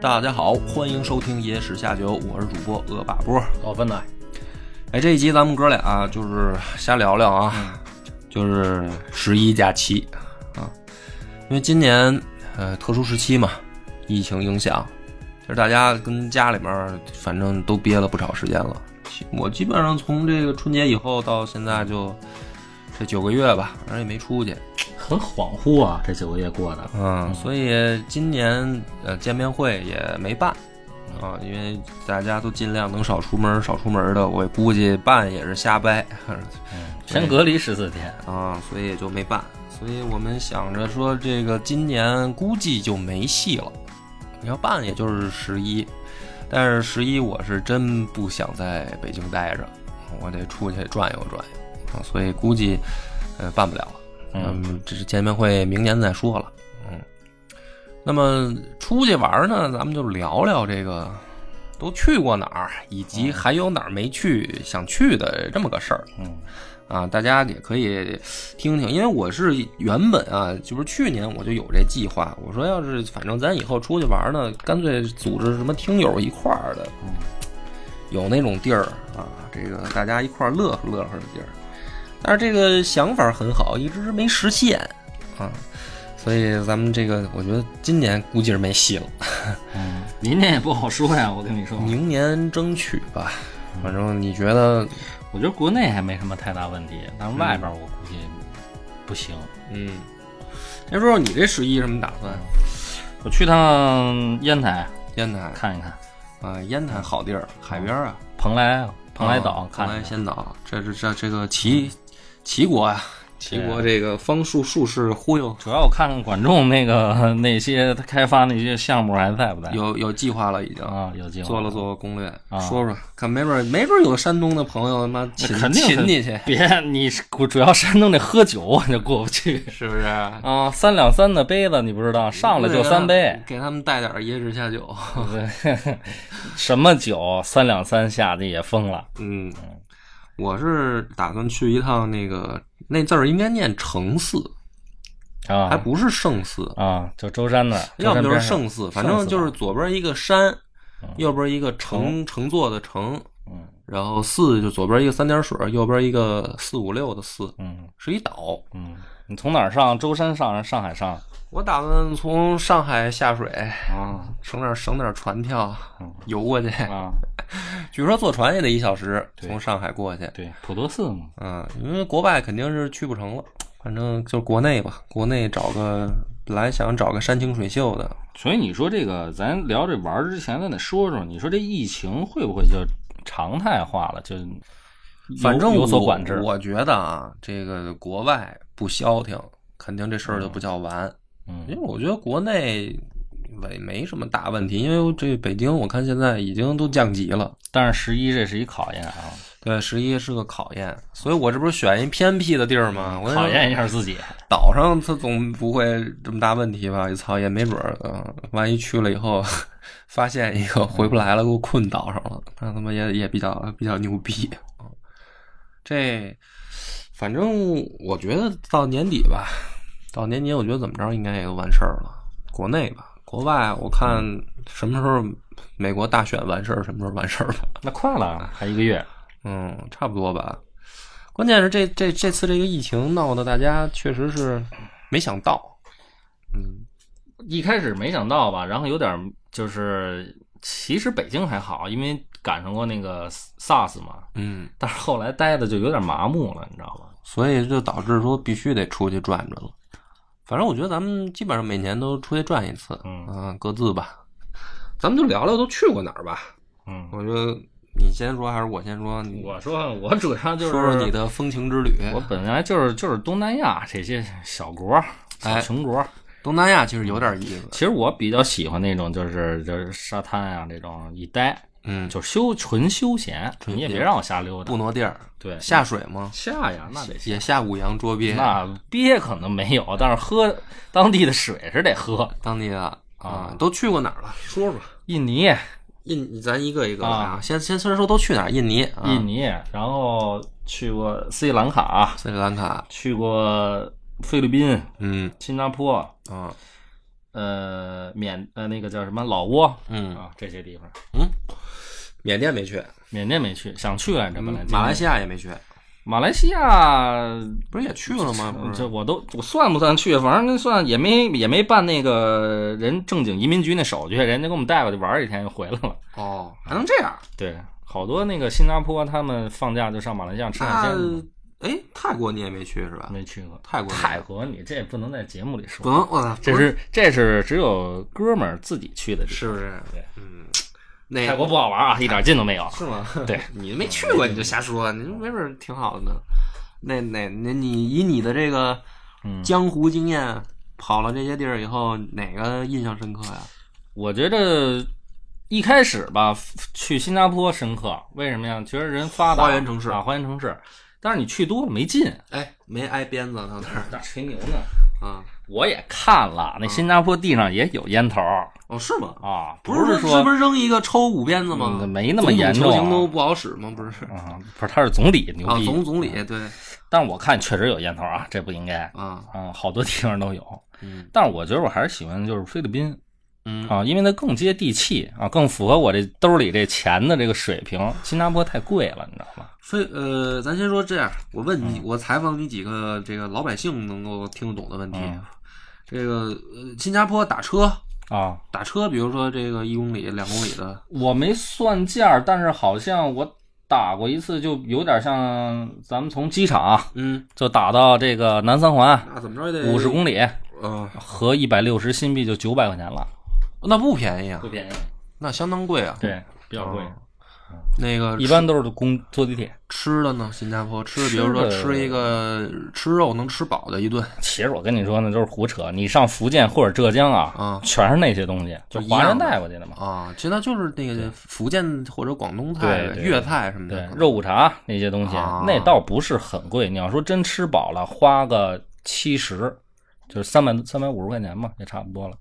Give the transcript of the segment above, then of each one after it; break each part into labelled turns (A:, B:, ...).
A: 大家好，欢迎收听《野史下酒》，我是主播恶霸波。
B: 高分呐，
A: 哎，这一集咱们哥俩、就是瞎聊聊啊，就是十一假期啊，因为今年呃特殊时期嘛，疫情影响，就是大家跟家里面儿反正都憋了不少时间了。其我基本上从这个春节以后到现在就这九个月吧，反正也没出去。
B: 很恍惚啊，这九个月过的，
A: 嗯，所以今年呃见面会也没办啊，因为大家都尽量能少出门儿少出门儿的，我估计办也是瞎掰嗯
B: 先隔离十四天，
A: 啊，所以也就没办。所以我们想着说，这个今年估计就没戏了。你要办，也就是十一，但是十一我是真不想在北京待着，我得出去转悠转悠啊，所以估计呃办不了了。嗯，这是见面会，明年再说了。嗯，那么出去玩儿呢，咱们就聊聊这个都去过哪儿，以及还有哪儿没去想去的这么个事儿。
B: 嗯，
A: 啊，大家也可以听听，因为我是原本啊，就是去年我就有这计划，我说要是反正咱以后出去玩呢，干脆组织什么听友一块儿的，有那种地儿啊，这个大家一块儿乐呵乐呵的地儿。但是这个想法很好，一直没实现啊，所以咱们这个我觉得今年估计是没戏了。
B: 嗯，明年也不好说呀，我跟你说，
A: 明年争取吧，反正你觉得，
B: 我觉得国内还没什么太大问题，但是外边我估计不行。
A: 嗯，先说说你这十一什么打算？
B: 我去趟烟台
A: 烟台
B: 看一看，
A: 啊，烟台好地儿，海边儿啊，
B: 蓬莱啊，哦蓬莱岛
A: 啊蓬
B: 看
A: 莱
B: 一看，
A: 仙岛，这是这这个齐齐国啊，齐国这个方术术士忽悠
B: 主要我看看管仲那个 那些他开发那些项目还在不在
A: 有有计划了，已经
B: 哎啊？有计划
A: 做了，做攻略，
B: 啊
A: 说说看，没准没准有山东的朋友他妈
B: 那
A: 擒
B: 肯定是
A: 擒你去，
B: 别你是主要山东这喝酒我就过不去
A: 是不是？哦
B: 啊，三两三的杯子你不知道，上来就三杯。
A: 给他们带点儿椰汁下酒。
B: 对， 什么酒三两三下去也疯了。
A: 嗯， 我是打算去一趟那个那字儿应该念成寺，还
B: 啊
A: 不是圣寺，
B: 啊，就舟山那儿，
A: 要不就
B: 舟
A: 是
B: 山边上
A: 圣寺，反正就是左边一个山，右边一个乘乘坐的乘，
B: 嗯
A: 然后四就左边一个三点水，右边一个四五六的四，
B: 嗯
A: 是一岛。
B: 嗯，你从哪儿上？舟山上，上海上
A: 我打算从上海下水，
B: 啊
A: 省点省点船票
B: 嗯，
A: 游过去。
B: 啊，
A: 据说坐船也得一小时，从上海过去。
B: 对，普陀寺嘛，
A: 嗯，因为国外肯定是去不成了，反正就国内吧，国内找个本来想找个山清水秀的，
B: 所以你说这个，咱聊这玩儿之前，咱得说说，你说这疫情会不会就常态化了？就有
A: 反正
B: 有所
A: 我
B: 管制。
A: 我觉得啊，这个国外不消停，肯定这事儿就不叫完。因
B: 嗯
A: 为我觉得国内没没什么大问题，因为这北京我看现在已经都降级了。
B: 但是十一这是一考验啊，
A: 对，十一是个考验，所以我这不是选一偏僻的地儿吗？我
B: 考验一下自己。
A: 岛上，它总不会这么大问题吧？操，也没准儿，嗯、万一去了以后 发现一个回不来了，给我困岛上了，那他妈也也比较比较牛逼啊！这反正我觉得到年底吧，到年底我觉得怎么着应该也就完事儿了，国内吧。国外，我看什么时候美国大选完事儿，什么时候完事儿吧。
B: 那快了，还一个月。
A: 嗯，差不多吧。关键是这这这次这个疫情闹得大家确实是没想到，嗯，
B: 一开始没想到吧，然后有点儿就是，其实北京还好，因为赶上过那个 SARS 嘛，
A: 嗯，
B: 但是后来待的就有点麻木了，你知道吗？
A: 所以就导致说必须得出去转转了。反正我觉得咱们基本上每年都出去转一次，啊
B: 嗯
A: 各自吧。咱们就聊聊都去过哪儿吧。
B: 嗯，
A: 我觉得你先说还是我先说？你
B: 我说我主要就是
A: 说说你，的风情之旅。
B: 我本来就是就是东南亚这些小国、小
A: 哎
B: 穷国，
A: 东南亚其实有点意思，
B: 其实我比较喜欢那种就是就是沙滩啊这种一待，
A: 嗯，
B: 就休纯休闲，你也别让我瞎溜达
A: 不，挪地儿，
B: 对，
A: 下水吗？
B: 下呀那得下。
A: 也下五洋捉鳖，
B: 那憋可能没有，但是喝当地的水是得喝。
A: 当地的啊，都去过哪儿了？说说。
B: 印尼，
A: 印，咱一个一个来
B: 啊
A: 啊，先先先说都去哪儿？印尼、啊、
B: 印尼，然后去过斯里兰卡，
A: 斯里兰卡，
B: 去过菲律宾、
A: 嗯
B: 新加坡，
A: 啊，
B: 呃缅呃那个叫什么老挝
A: 嗯
B: 啊这些地方，
A: 嗯，缅甸没去，
B: 缅甸没去，想去来着本来今年。
A: 嗯马来西亚也没去，
B: 嗯马来西亚嗯
A: 不是也去了吗？不
B: 这
A: 是，
B: 我都我算不算去？啊反正算也没也没办那个人正经移民局那手续，人家给我们带过去玩儿一天就回来了。
A: 哦，还能这样？
B: 对，好多那个新加坡他们放假就上马来西亚吃海鲜
A: 那
B: 去，
A: 哎，泰国你也没去是吧？
B: 没去过。
A: 泰国呢
B: 泰国你这也不能在节目里说，
A: 不能，我操，
B: 这
A: 不是
B: 是这是只有哥们儿自己去的地方，
A: 是不是？
B: 对
A: 嗯，那
B: 泰国不好玩啊，一点劲都没有。
A: 是吗？
B: 对， 嗯
A: 你没去过你就瞎说，你没准儿挺好的呢。那那那你以你的这个
B: 嗯
A: 江湖经验，跑了这些地儿以后，哪个印象深刻呀？
B: 我觉得一开始吧，去新加坡深刻，为什么呀？觉得人发达，
A: 花园城市
B: 啊，花园城市。但是你去多了没劲，
A: 哎，没挨鞭子到那儿
B: 那吹牛呢？
A: 啊？
B: 我也看了，
A: 嗯
B: 那新加坡地上也有烟头儿
A: 哦，是吗？
B: 啊，
A: 不
B: 是
A: 是
B: 说
A: 不是扔一个抽五鞭子吗？
B: 嗯没那么严重啊
A: 总统球形都不好使吗？不是
B: 啊，不是他是总理牛
A: 啊，
B: 逼，
A: 总总理对
B: 但是我看确实有烟头儿啊，这不应该。
A: 啊，
B: 啊，好多地方都有，
A: 嗯
B: 但是我觉得我还是喜欢就是菲律宾
A: 嗯
B: 啊，因为它更接地气啊，更符合我这兜里这钱的这个水平。新加坡太贵了，你知道吗？
A: 非呃，咱先说这样，我问你，我采访你几个这个老百姓能够听得懂的问题。
B: 嗯
A: 这个呃，新加坡打车
B: 啊，
A: 打车，比如说这个一公里、两公里的，
B: 我没算价儿，但是好像我打过一次，就有点像咱们从机场啊
A: 嗯，
B: 就打到这个南三环
A: 那怎么着也得
B: 五十公里，
A: 嗯，
B: 合一百六十新币就九百块钱了，
A: 那不便宜啊，
B: 便宜，哦
A: 那相当贵啊。，
B: 对，比较贵。
A: 那个
B: 一般都是公坐地铁。
A: 吃的呢，新加坡吃的，比如
B: 吃
A: 说
B: 的
A: 吃一个吃肉能吃饱的一顿，
B: 其实我跟你说那都是胡扯。你上福建或者浙江啊，
A: 啊
B: 全是那些东西，就华人带过去的嘛。
A: 啊，其实它就是那个福建或者广东菜、
B: 对对对
A: 粤菜什么的
B: 对，，
A: 可能
B: 肉骨茶那些东西，
A: 啊
B: 那倒不是很贵。你要说真吃饱了，花个七十，就是三百三百五十块钱嘛，也差不多了，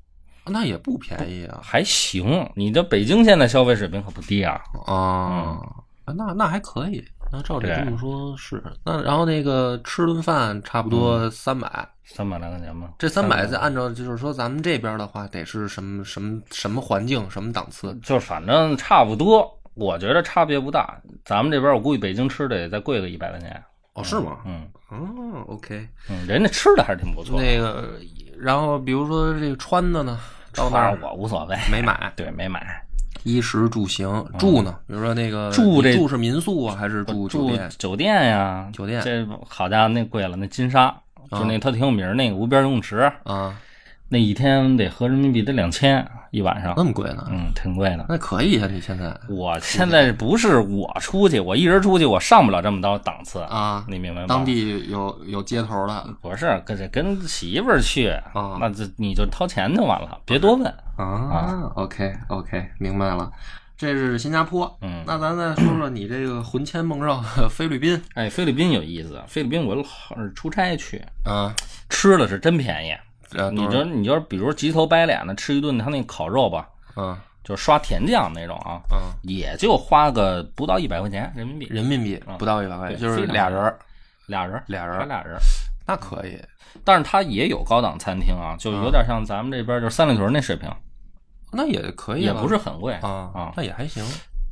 A: 那也不便宜啊
B: 还行。你这北京现在消费水平可不低啊。
A: 啊，那那还可以。那照你
B: 对
A: 这么说，是那然后那个吃顿饭差不多三百、
B: 嗯三百来块钱嘛，
A: 这三百再按照就是说咱们这边的话，得是什么什么什么环境、什么档次？
B: 就反正差不多，我觉得差别不大。咱们这边我估计北京吃的也再贵个一百块钱，
A: 哦，是吗？
B: 嗯
A: 哦，OK，
B: 嗯，人家吃的还是挺不错的。
A: 那个，然后比如说这个穿的呢，到那
B: 当
A: 儿
B: 然我无所谓，
A: 没买，
B: 对，没买。
A: 衣食住行住呢，比如说那个
B: 嗯住这
A: 你住是民宿啊，还是住酒
B: 住
A: 店？
B: 酒店呀，
A: 酒店
B: 这好家伙，那贵了，那金沙就那它挺有名儿那个无边游泳池，
A: 啊，
B: 那一天得合人民币得两千一晚上
A: 那，么贵呢？
B: 嗯，挺贵的。
A: 那可以啊，你现在
B: 我现在不是我出去，我一人出去我上不了这么高档次，
A: 啊，
B: 你明白吗？
A: 当地有有接头了
B: 不是跟着跟媳妇儿去，
A: 啊
B: 那这你就掏钱就完了，别多问。
A: 啊，OK OK，明白了。这是新加坡，
B: 嗯
A: 那咱再说说你这个魂牵梦绕的 菲律宾
B: 哎，菲律宾有意思，菲律宾我老是出差去，
A: 啊，呃
B: 吃的是真便宜。
A: 这
B: 你就你就是比如急头白脸的吃一顿他那烤肉吧，
A: 嗯
B: 就是刷甜酱那种啊，
A: 嗯，
B: 也就花个不到一百块钱人民币，
A: 人民币不到一百块钱，就是俩人儿，
B: 俩人，
A: 俩人
B: 还俩人。
A: 那可以
B: 但是它也有高档餐厅啊，就有点像咱们这边就是三里屯那水平，
A: 那也可以
B: 也
A: 了，
B: 不是很贵
A: 啊，那也还行。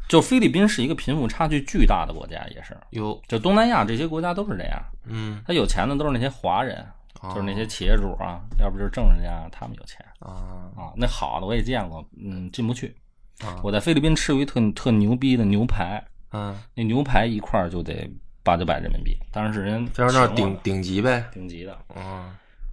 B: 就菲律宾是一个贫富差距巨大的国家，也是，
A: 有，
B: 就东南亚这些国家都是这样，
A: 嗯，
B: 他有钱的都是那些华人，
A: 就
B: 就是那些企业主啊，要不就是政治家，他们有钱
A: 啊
B: 啊。那好的我也见过，嗯，进不去
A: 啊。
B: 我在菲律宾吃过一特特牛逼的牛排，
A: 嗯，
B: 那牛排一块儿就得八九百人民币，当时人
A: 就是那
B: 请我
A: 顶顶级呗，
B: 顶级的。
A: 嗯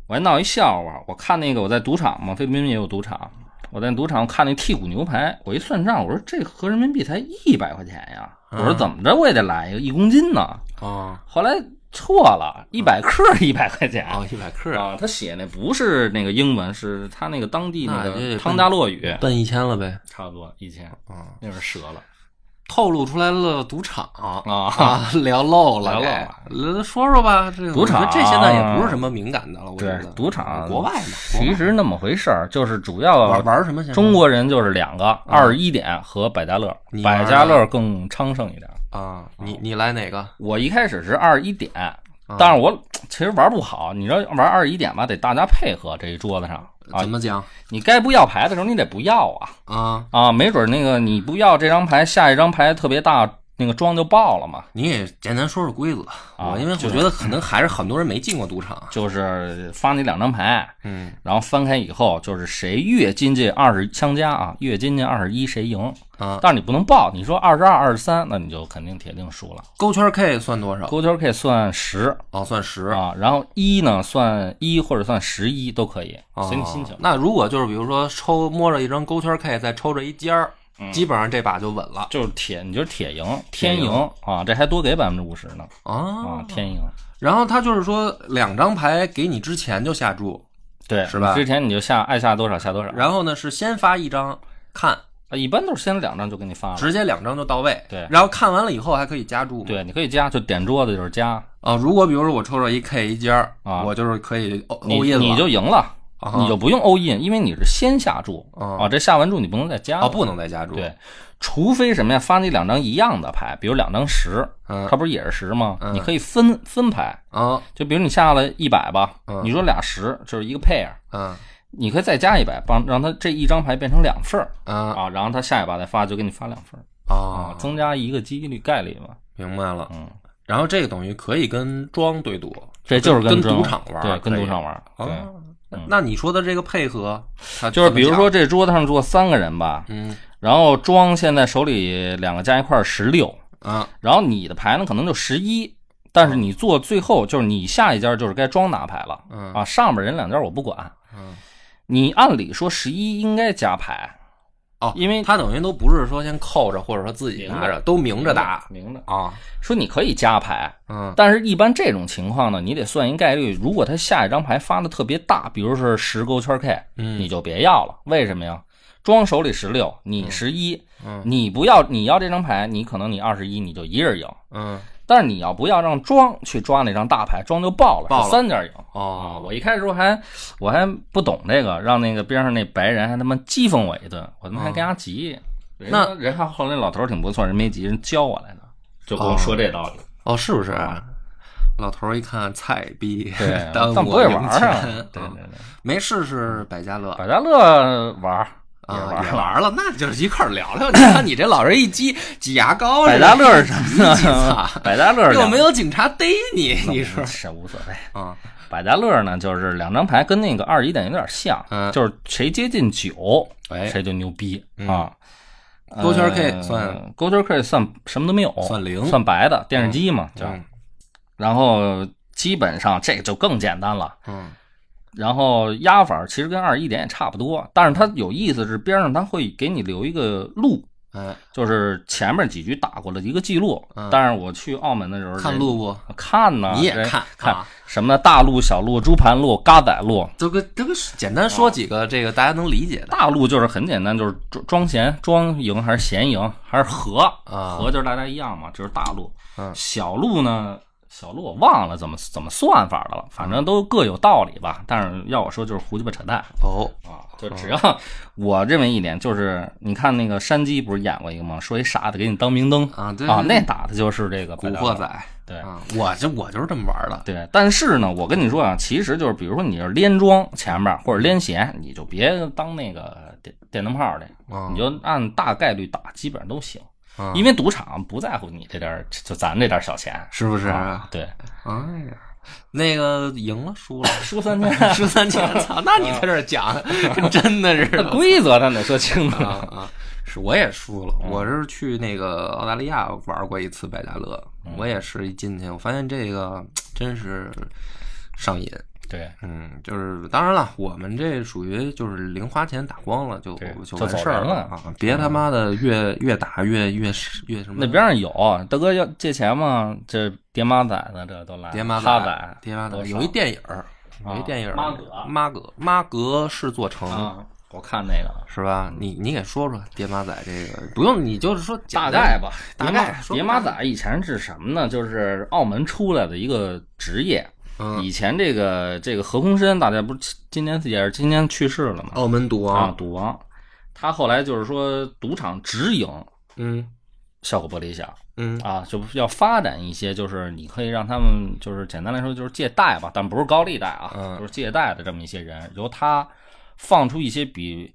B: 我还闹一笑话，我看那个我在赌场嘛，菲律宾也有赌场，我在赌场看那剔骨牛排，我一算账，我说这合人民币才一百块钱呀，我说怎么着我也得来一个一公斤呢，
A: 啊
B: 后来错了，一百克一百块钱。
A: 啊，一百克啊，
B: 啊，他写那不是那个英文，是他那个当地
A: 那
B: 那
A: 这也
B: 个
A: 跟
B: 汤加洛语，
A: 奔一千了呗，
B: 差不多一 千，
A: 啊，
B: 那是折了
A: 透露出来了赌场
B: 啊。
A: 啊， 聊漏了，
B: 聊漏
A: 了，来说说吧，这个
B: 赌场
A: 我觉得这现在也不是什么敏感的了，我觉
B: 对
A: 得，
B: 赌场
A: 国外嘛，
B: 其实那么回事儿，就是主要
A: 玩玩什么现在？
B: 中国人就是两个，二十一点和百家乐
A: 你，玩
B: 啊百家乐更昌盛一点。
A: 啊，你你来哪个？
B: 我一开始是二十一点，
A: 啊
B: 但是我其实玩不好，你知道玩二十一点吧，得大家配合这一桌子上啊
A: 怎。么讲
B: 你该不要牌的时候，你得不要啊
A: 啊？
B: 啊，没准那个你不要这张牌，下一张牌特别大，那个庄就爆了嘛。
A: 你也简单说说规则，
B: 啊
A: 我因为我
B: 就是
A: 觉得可能还是很多人没进过 赌场。
B: 就是发你两张牌，
A: 嗯，
B: 然后翻开以后，就是谁越近这二十相加啊，越近这二十一谁赢。
A: 啊
B: 但是你不能报，你说二十二、二十三，那你就肯定铁定输了。
A: 勾圈 K 算多少？
B: 勾圈可以算十
A: 哦，算十。
B: 啊，然后一呢算一或者算十一都可以，
A: 哦
B: 随你心情。
A: 那如果就是比如说抽摸着一张勾圈 K，再抽着一尖儿，
B: 嗯
A: 基本上这把就稳了
B: 就是铁，你就是铁赢，
A: 铁
B: 天赢
A: 赢
B: 啊，这还多给百分之五十呢啊
A: 啊，。
B: 天赢。
A: 然后他就是说两张牌给你之前就下注，
B: 对，
A: 是吧
B: 之前你就下爱下多少下多少，
A: 然后呢是先发一张看，
B: 啊一般都是先两张就给你发了。
A: 直接两张就到位。
B: 啊对
A: 然后看完了以后还可以加注嘛。
B: 对，你可以加，就点桌子就是加，
A: 啊，如果比如说我抽着一 K 一尖儿，
B: 啊
A: 我就是可以欧
B: 你
A: 欧印了。
B: 你就赢了，
A: 啊
B: 你就不用 all in，因为你是先下注
A: 啊
B: 啊，这下完注你不能再加
A: 啊
B: 了。
A: 不能再加注。
B: 对，除非什么呀？发你两张一样的牌，比如两张十，
A: 嗯
B: 它不是也是十吗？
A: 嗯
B: 你可以分分牌，
A: 啊
B: 就比如你下了一百吧，
A: 嗯
B: 你说俩十就是一个 pair，
A: 嗯
B: 你可以再加一百，帮让它这一张牌变成两份儿
A: 啊
B: 啊，然后它下一把再发就给你发两份儿啊
A: 啊，，
B: 增加一个几率概率嘛。
A: 明白了。
B: 嗯，
A: 然后这个等于可以跟庄对赌，
B: 这就是
A: 跟
B: 跟
A: 赌场玩儿
B: 对，跟
A: 可以
B: 赌场玩儿。对，嗯
A: 啊。那那你说的这个配合，它
B: 就是比如说
A: 怎么
B: 这桌子上坐三个人吧，
A: 讲，嗯
B: 然后庄现在手里两个加一块儿十六，
A: 啊
B: 然后你的牌呢可能就十一，但是你做最后就是你下一家就是该庄拿牌了，
A: 嗯
B: 啊，上面人两家我不管，
A: 嗯，
B: 你按理说十一应该加牌，
A: 哦，
B: 因为
A: 他等于都不是说先扣着，或者说自己拿
B: 明
A: 着，都明着打
B: 明着
A: 啊，
B: 说你可以加牌，
A: 嗯
B: 但是一般这种情况呢，你得算一概率，如果他下一张牌发的特别大，比如说十勾圈 K，
A: 嗯
B: 你就别要了，为什么呀？庄手里十六，你十一，
A: 嗯
B: 你不要，你要这张牌，你可能你二十一，你就一人赢。
A: 嗯，
B: 但是你要不要让庄去抓那张大牌，庄就爆了，
A: 爆了
B: 是三点赢。啊！
A: 哦，
B: 我一开始我还我还不懂这个，让那个边上那白人还他妈讥讽我一顿，我他妈还跟他急。人
A: 嗯那
B: 人还后来那老头儿挺不错，人没急，人教我来的，就跟我说这道理。
A: 哦，是不是？老头儿一看菜逼，
B: 对，啊
A: 耽
B: 但
A: 误
B: 不会玩
A: 我
B: 儿啊
A: 零钱。
B: 对对
A: 嗯
B: 对，
A: 没试试百家乐
B: 百家乐玩儿也
A: 啊，
B: 玩
A: 也
B: 儿了。
A: 玩了，那就是一块儿聊聊。你看 你这老人一 挤挤牙膏似
B: 百
A: 的，
B: 家乐是什么
A: 挤
B: 呢
A: 擦？
B: 百家乐
A: 又
B: 两
A: 没有警察逮你，你说
B: 是无所谓。
A: 啊？
B: 百家乐呢，就是两张牌跟那个二十一点有点像，
A: 嗯
B: 就是谁接近九，
A: 哎
B: 谁就牛逼、
A: 嗯
B: 啊。
A: 勾圈 K
B: 呃
A: 算
B: 勾圈 K 算什么都没有，
A: 算零
B: 算白的电视机嘛，就、
A: 嗯
B: 然后基本上这就更简单了。
A: 嗯
B: 然后压法其实跟二十一点也差不多，但是它有意思是边上它会给你留一个路，
A: 哎，
B: 就是前面几局打过了一个记录。
A: 嗯
B: 但是我去澳门的时候
A: 看
B: 人
A: 路不？
B: 看呢，
A: 你也
B: 人
A: 看
B: 看
A: 啊
B: 什么大路、小路、猪盘路、嘎仔路，
A: 这个这个简单说几
B: 哦
A: 个这个大家能理解的
B: 大陆就是很简单，就是庄庄闲庄赢还是闲赢还是和
A: 啊
B: 和就是大家一样嘛，这是大陆。
A: 嗯
B: 小陆呢，小陆我忘了怎么怎么算法的了，反正都各有道理吧。但是要我说就是胡鸡巴扯淡
A: 哦，
B: 啊，就只要我认为一点，就是你看那个山鸡不是演过一个吗？说一傻子给你当明灯
A: 啊对
B: 啊，
A: 对
B: 那打的就是这个
A: 古
B: 白大
A: 惑
B: 褂
A: 仔
B: 对。
A: 啊，我就我就是这么玩的
B: 对，但是呢，我跟你说啊，其实就是，比如说你是连庄前面或者连闲，你就别当那个电电灯泡的，
A: 啊
B: 你就按大概率打，基本上都行。
A: 啊
B: 因为赌场不在乎你这点儿，就咱这点儿小钱。
A: 是不是？
B: 啊，对，
A: 哎呀，那个赢了输了。
B: 输三千，
A: 十三千，操！那你在这儿讲，
B: 嗯
A: 真的 是
B: 这规则咱得说清楚
A: 啊。啊！是我也输了，
B: 嗯
A: 我是去那个澳大利亚玩过一次百家乐，
B: 嗯
A: 我也是一进去，我发现这个真是上瘾。
B: 对，
A: 嗯，就是当然了，我们这属于就是零花钱打光了，就
B: 对
A: 就
B: 就
A: 完
B: 走
A: 事儿
B: 人了嗯
A: 啊！别他妈的越越打越越越什么
B: 那边上有大哥要借钱吗？这爹妈仔呢，这都来了
A: 爹妈
B: 哈
A: 仔
B: 仔，
A: 爹妈仔
B: 多少
A: 有一电影儿，
B: 啊
A: 有一电影儿嗯
B: 妈葛
A: 妈葛妈葛是座城
B: 啊，我看那个了
A: 是吧？你你给说说爹妈仔这个，不用你就是说简
B: 大
A: 单
B: 概吧，
A: 大概说
B: 爹妈仔以前是什么呢？就是澳门出来的一个职业。
A: 嗯
B: 以前这个这个何鸿燊，大家不是今年也是今年去世了吗？
A: 澳门赌
B: 啊
A: 王，，
B: 赌王，他后来就是说赌场直营
A: 嗯
B: 效果不理想，
A: 嗯
B: 啊，就要发展一些，就是你可以让他们，就是简单来说就是借贷吧，但不是高利贷啊，
A: 嗯
B: 就是借贷的这么一些人，由他放出一些比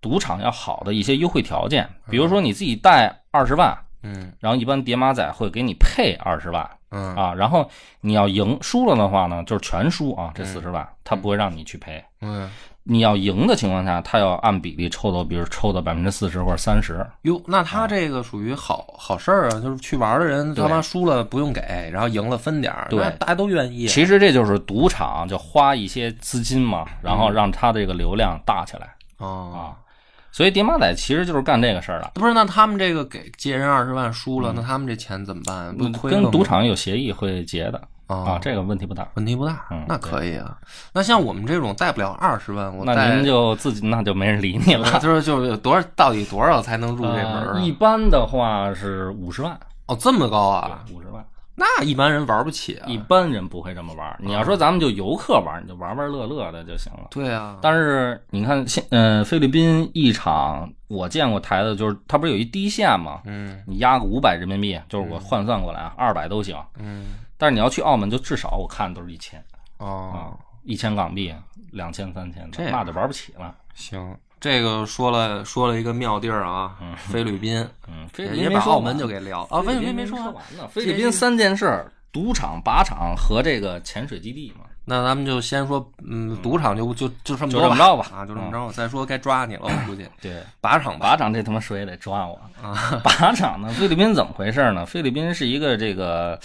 B: 赌场要好的一些优惠条件，比如说你自己贷二十万，
A: 嗯
B: 然后一般叠马仔会给你配二十万
A: 嗯
B: 啊，然后你要赢输了的话呢，就是全输啊，这四十万他不会让你去赔。
A: 嗯，
B: 你要赢的情况下，他要按比例抽到，比如抽到百分之四十或者三十，
A: 哟，那他这个属于好好事儿啊，就是去玩的人他妈输了不用给，然后赢了分点儿，
B: 对
A: 那大家都愿意。
B: 其实这就是赌场就花一些资金嘛，然
A: 嗯
B: 后让它这个流量大起来
A: 哦，
B: 啊。所以叠马仔其实就是干这个事儿的，
A: 不是，那他们这个给借人二十万输了，那他们这钱怎么办？不亏了
B: 嗯跟
A: 吗
B: 赌场有协议会结的啊
A: 啊，，
B: 这个问题不大。
A: 问题不大
B: 嗯，
A: 那可以啊。那像我们这种贷不了二十万，我
B: 那
A: 贷
B: 您就自己那就没人理你了。
A: 就是就是有多少到底多少才能入这门儿
B: 呃
A: 啊
B: 一？般的话是五十万，
A: 哦，这么高啊？
B: 五十万，
A: 那一般人玩不起啊
B: 一。般人不会这么玩儿。你要说咱们就游客玩儿，你就玩玩乐乐的就行了。
A: 对啊，
B: 但是你看现，呃，菲律宾一场我见过台的，就是它不是有一低线吗？
A: 嗯
B: 你压个五百人民币，就是我换算过来啊，二百都行。
A: 嗯
B: 但是你要去澳门，就至少我看都是一千
A: 哦
B: 啊，，一千港币，两千、三千
A: 这
B: 的，
A: 样
B: 那就玩不起了。
A: 行，这个说了说了一个妙地儿啊，菲律宾，
B: 嗯，菲律宾
A: 也
B: 没
A: 把
B: 说
A: 澳
B: 完
A: 门就给聊啊，
B: 啊，
A: 菲
B: 菲
A: 律
B: 律宾
A: 宾没
B: 说
A: 说完，
B: 完呢。菲律宾三件事儿：赌场、靶场和这个潜水基地嘛。
A: 那咱们就先说，嗯，赌场就就就这么
B: 就这么
A: 着
B: 着吧嗯
A: 啊，就这么着，我再说该抓你了，我估计
B: 对，
A: 靶场吧，
B: 靶场这他妈谁也得抓我啊！ 靶场呢，菲律宾怎么回事呢？菲律宾是一个这个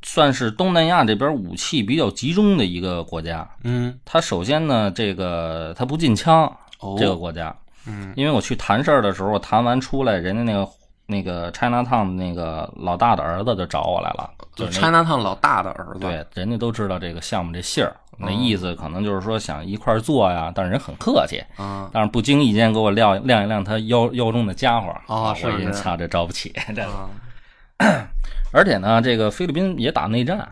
B: 算是东南亚这边武器比较集中的一个国家。
A: 嗯，
B: 它首先呢，这个它不禁枪，
A: 哦，
B: 这个国家，
A: 嗯，
B: 因为我去谈事儿的时候，谈完出来，人家那个那个 China Town 那个老大的儿子就找我来了，
A: 就
B: 就是那
A: China Town 老大的儿子，，
B: 对，人家都知道这个项目这信儿，
A: 哦
B: 那意思可能就是说想一块儿做呀，但是人很客气，
A: 啊，
B: 但是不经意间给我亮亮一亮他腰腰中的家伙，
A: 哦
B: 啊
A: 是
B: 我一
A: 是
B: 擦这招不起，这
A: 啊
B: 而且呢，这个菲律宾也打内战，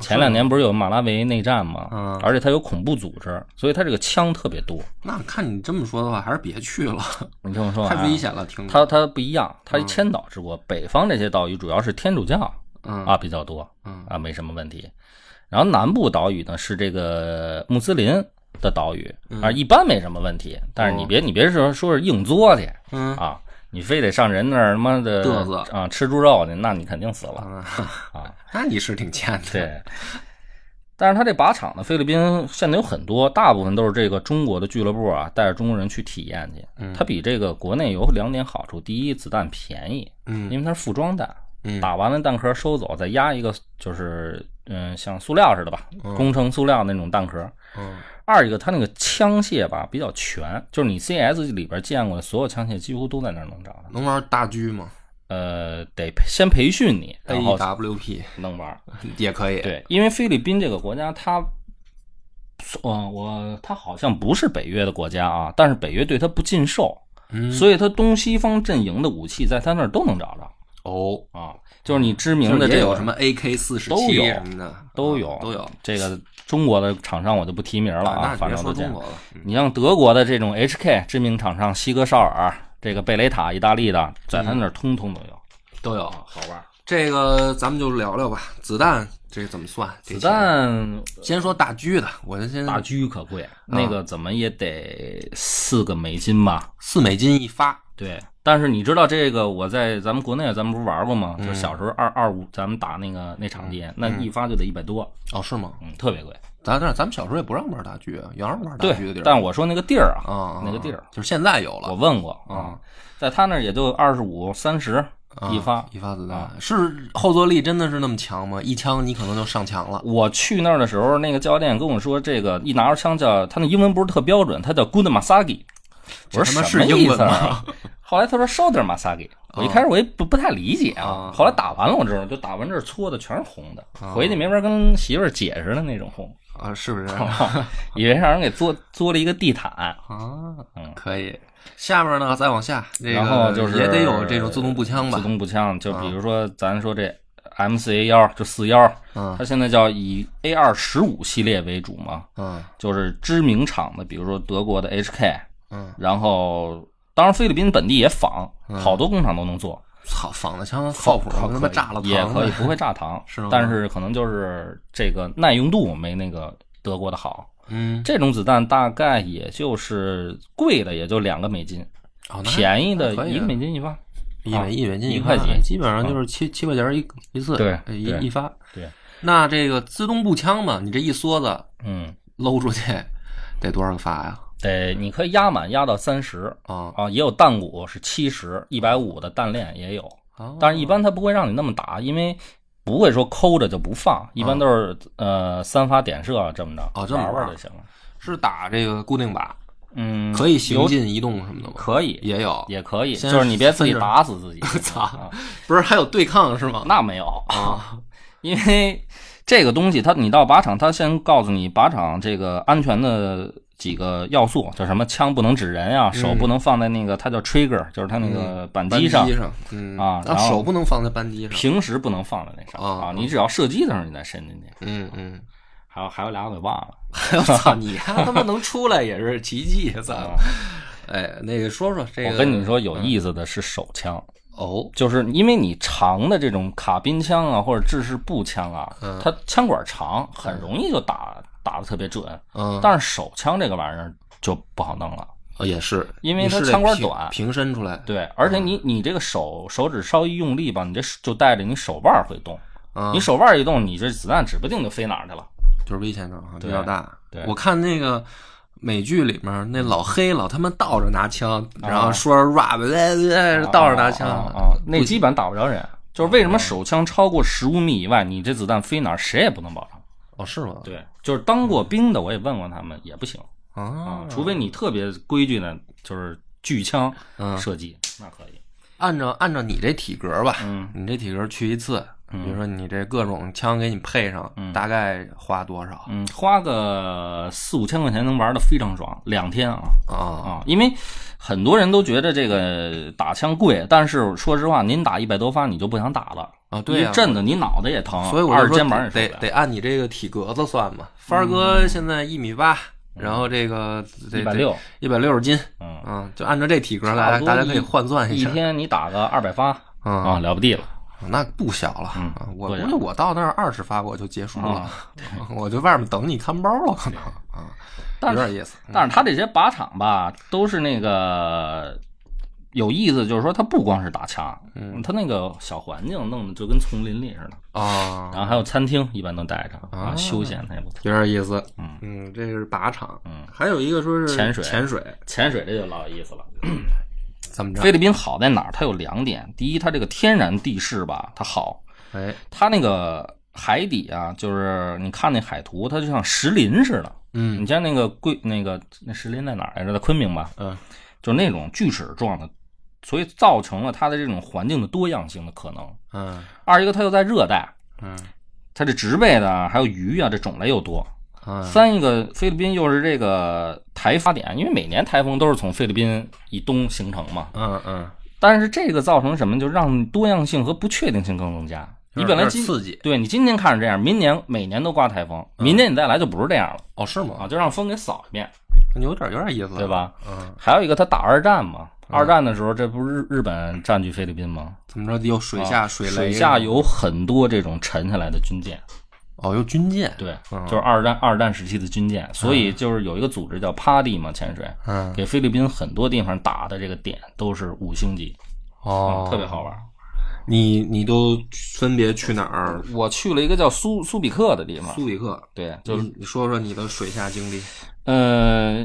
B: 前两年不是有马拉维内战吗？
A: 哦嗯
B: 而且他有恐怖组织，所以他这个枪特别多。
A: 那看你这么说的话，还是别去了，
B: 你听我 说、啊，
A: 太危险了，听着，
B: 它它不一样，它千岛之国，北方这些岛屿主要是天主教
A: 嗯
B: 啊比较多
A: 嗯
B: 啊，没什么问题。然后南部岛屿呢是这个穆斯林的岛屿
A: 嗯
B: 啊，一般没什么问题。但是你别你别说说是硬作去
A: 哦嗯
B: 啊，你非得上人那儿他妈的
A: 嘚瑟
B: 啊吃猪肉去，那你肯定死了。
A: 啊
B: 啊，
A: 那你是挺欠的，
B: 对。但是他这靶场呢，菲律宾现在有很多，大部分都是这个中国的俱乐部啊，带着中国人去体验去。
A: 嗯
B: 它比这个国内有两点好处：第一，子弹便宜，
A: 嗯
B: 因为它是复装弹，
A: 嗯
B: 打完了弹壳收走，再压一个就是嗯像塑料似的吧，工程塑料那种弹壳。
A: 嗯
B: 二一个，它那个枪械吧比较全，就是你 CS 里边见过的所有枪械几乎都在那儿能找到。
A: 能玩大狙吗
B: 呃，得培先培训你，
A: 哎
B: 然后
A: ？AWP
B: 能玩。
A: 也可以，
B: 对，因为菲律宾这个国家，它，呃，我它好像不是北约的国家啊，但是北约对它不禁售，
A: 嗯
B: 所以它东西方阵营的武器在它那儿都能找着
A: 哦，
B: 啊。就是你知名
A: 就
B: 的
A: 是
B: 这
A: 也
B: 个
A: 有什么 AK 四十
B: 都
A: 七
B: 有
A: 什么的，
B: 都
A: 啊
B: 有
A: 都有。
B: 这个中国的厂商我就不提名了
A: 啊，那
B: 啊，
A: 你
B: 反
A: 别
B: 正
A: 说
B: 都见
A: 中
B: 过。
A: 国嗯了，
B: 你像德国的这种 HK 知名厂商，西格绍尔、这个贝雷塔、意大利的，在他那儿
A: 嗯
B: 通通都有，
A: 都有。
B: 好玩。
A: 这个咱们就聊聊吧，子弹这怎么算？
B: 子
A: 子
B: 弹
A: 先说大狙的，我就先
B: 大狙可贵，
A: 嗯
B: 那个怎么也得四个美金吧。
A: 四美金一发，
B: 对，但是你知道这个，我在咱们国内啊咱们不是玩过吗？就小时候二二五，咱们打那个那场地，那一发就得一百多，
A: 哦，是吗？
B: 嗯，特别贵。
A: 咱但是咱们小时候也不让玩大狙，原让玩大狙的地
B: 对
A: 儿，，
B: 但我说那个地儿啊，
A: 啊
B: 那个地儿
A: 就是现在有
B: 我
A: 了，
B: 问过啊，在他那儿也就二十五、三十一发
A: 啊。一发子弹是后坐力真的是那么强吗？一枪你可能就上墙了。
B: 我去那儿的时候，那个教练跟我说，这个一拿着枪叫他那英文不是特标准，他叫 Good Masagi。我
A: 这他
B: 说
A: 妈
B: 什么
A: 是英
B: 意
A: 文哦
B: 思啊？ 后来他说 Shoulder Masagi，我一开始我也不不太理解啊
A: 啊。
B: 后来打完了我知道，就打完这儿搓的全是红的，
A: 哦
B: 回去没法跟媳妇儿解释的那种红，
A: 啊，是不 是？
B: 以为让人给作作了一个地毯。
A: 啊
B: 嗯，
A: 可以。下面呢，再往下，这个
B: 然后就是
A: 也得有这种自动步枪吧哦
B: 自？动步枪，就比如说咱说这 MCA 幺就四幺，
A: 嗯
B: 它现在叫以 A 二十五系列为主嘛，
A: 嗯
B: 就是知名厂的，比如说德国的 HK，
A: 嗯，
B: 然后当然菲律宾本地也仿，好多工厂都能做。
A: 操，仿的枪靠谱，
B: 靠
A: 跟他
B: 可
A: 妈
B: 以
A: 炸了
B: 也
A: 膛
B: 可以，
A: 的
B: 不会炸膛，
A: 是吗
B: 但是可能就是这个耐用度没那个德国的好。
A: 嗯，
B: 这种子弹大概也就是贵的也就两个美金，
A: 哦，那
B: 便宜的
A: 那可以
B: 一
A: 啊
B: 个美金一发。
A: 一美一美金
B: 啊一
A: 块
B: 块钱嗯
A: 基本上就是七七块钱一一次，
B: 对
A: 呃一
B: 对
A: 一发。
B: 对，
A: 那这个自动步枪嘛，你这一梭子
B: 嗯，
A: 搂出去得多少个发呀？
B: 得你可以压满压到三十
A: 啊，
B: 啊，也有弹鼓是七十、一百五的弹链也有，
A: 哦
B: 但是一般它不会让你那么打，因为。不会说抠着就不放，一般都是、呃三发点射这么着，
A: 哦这么
B: 玩玩
A: 玩
B: 就行了。
A: 是打这个固定靶，
B: 嗯，
A: 可以行
B: 有
A: 进、移动什么的吗？
B: 可以，
A: 也有，
B: 也可以，
A: 先
B: 就是你别自己
A: 分着
B: 打死 自己。
A: 操
B: 啊，
A: 不是还有对抗是吗？
B: 那没有，
A: 啊，
B: 因为这个东西它，你到靶场，它先告诉你靶场这个安全的几个要素，叫什么枪不能指人啊，手不能放在那个，它叫 trigger，就是它那个扳
A: 嗯扳
B: 机
A: 机
B: 上，
A: 嗯
B: 啊
A: 那
B: 然后
A: 手不能放在扳机上，
B: 平时不能放在那上
A: 啊
B: 啊，你只要射击的时候你再伸进去。
A: 嗯嗯，
B: 还有还有俩我给忘了，
A: 我操，你还他妈能出来也是奇迹，操！
B: 啊
A: 哎，那个说说这个，嗯
B: 我跟你说有意思的是手枪，
A: 哦，
B: 就是因为你长的这种卡宾枪啊，或者制式步枪啊，
A: 嗯
B: 它枪管长，很容易就打打的特别准。
A: 嗯，
B: 但是手枪这个玩意儿就不好弄了，
A: 哦也是，
B: 因为
A: 你
B: 它
A: 是得
B: 枪管
A: 平
B: 短
A: 平伸出来，
B: 对，而且
A: 嗯
B: 你你这个手手指稍一用力吧，你这手就带着你手腕儿会动，
A: 啊
B: 你，手腕儿一动，你这子弹指不定就飞哪儿去了。
A: 就是危险感啊比
B: 对
A: 较大。
B: 对
A: 我看那个美剧里面那老黑老他妈倒着拿枪，
B: 啊
A: 然后说 rap，哎哎倒着拿枪嗯
B: 啊啊啊啊那基本打不着人。就是为什么手枪超过十五米以外，你这子弹飞哪儿谁也不能保证。
A: 哦，是吗？
B: 对，就是当过兵的，我也问过他们，也不行
A: 啊
B: 啊，，除非你特别规矩的，就是巨枪
A: 嗯
B: 射击，那可以。
A: 按照按照你这体格吧，
B: 嗯
A: 你这体格去一次，
B: 嗯
A: 比如说你这各种枪给你配上，大概花多少
B: 嗯，花个四五千块钱能玩的非常爽，两天啊
A: 啊？
B: 啊！因为很多人都觉得这个打枪贵，但是说实话，您打一百多发你就不想打了
A: 啊对呀
B: 一阵子你脑袋也疼，
A: 所以我
B: 二
A: 就
B: 肩
A: 说
B: 膀也
A: 得
B: 受不嗯
A: 得按你这个体格子算嘛。帆儿哥现在一米八，然后这个
B: 了嗯一百六，
A: 一百六十斤，
B: 嗯
A: 嗯，就按照这体格
B: 差
A: 来，
B: 不多
A: 大家可以换算
B: 一
A: 下
B: 天你打个二百发
A: 啊
B: 啊，，了不地了。
A: 那不小了
B: 嗯
A: 啊！我
B: 对呀
A: 估计我到那儿二十发我就结束了
B: 啊，
A: 我就外面等你看包了，可能啊，有
B: 但
A: 点意思。
B: 但是他这些靶场吧，都是那个有意思，就是说他不光是打枪，嗯，他那个小环境弄得就跟丛林里似的，
A: 啊，
B: 然后还有餐厅，一般都带着啊，
A: 啊
B: 休闲他也不错。
A: 有点意思。
B: 嗯
A: 这个是靶场，
B: 嗯
A: 还有一个说是
B: 潜水
A: 潜水
B: 潜水这就老有意思了。
A: 怎么着？
B: 菲律宾好在哪儿？它有两点，第一，它这个天然地势吧，它好，
A: 哎，
B: 它那个海底啊，就是你看那海图，它就像石林似的。
A: 嗯
B: 你像那个贵那个那石林在哪儿来着？在昆明吧，
A: 嗯，
B: 就是那种锯齿状的，所以造成了它的这种环境的多样性的可能。
A: 嗯
B: 二一个，它又在热带，
A: 嗯
B: 它这植被的还有鱼啊，这种类又多。
A: 嗯
B: 三一个，菲律宾又是这个台发点，因为每年台风都是从菲律宾以东形成嘛。
A: 嗯嗯，
B: 但是这个造成什么？就让多样性和不确定性更增加。你
A: 有点
B: 本来
A: 有点
B: 今
A: 刺激嗯
B: 对你今天看着这样，明年每年都刮台风，明年你再来就不是这样了
A: 哦，是吗？
B: 啊，就让风给扫一遍，
A: 有点有点意思，
B: 对？吧？
A: 嗯，
B: 还有一个，他打二战嘛，二战的时候，这不是日日本占据菲律宾吗？
A: 怎么着有水下
B: 啊
A: 水雷，
B: 水下有很多这种沉下来的军舰，
A: 哦，有军舰，
B: 对，
A: 嗯
B: 就是二战二战时期的军舰，所以就是有一个组织叫 PADI 嘛，潜水。
A: 嗯
B: 给菲律宾很多地方打的这个点都是五星级，嗯
A: 哦，
B: 特别。好玩。
A: 你你都分别去哪儿？
B: 我去了一个叫苏苏比克的地方，嗯
A: 苏比克，
B: 对，
A: 啊
B: 就
A: 就是你说说你的水下经历。
B: 呃，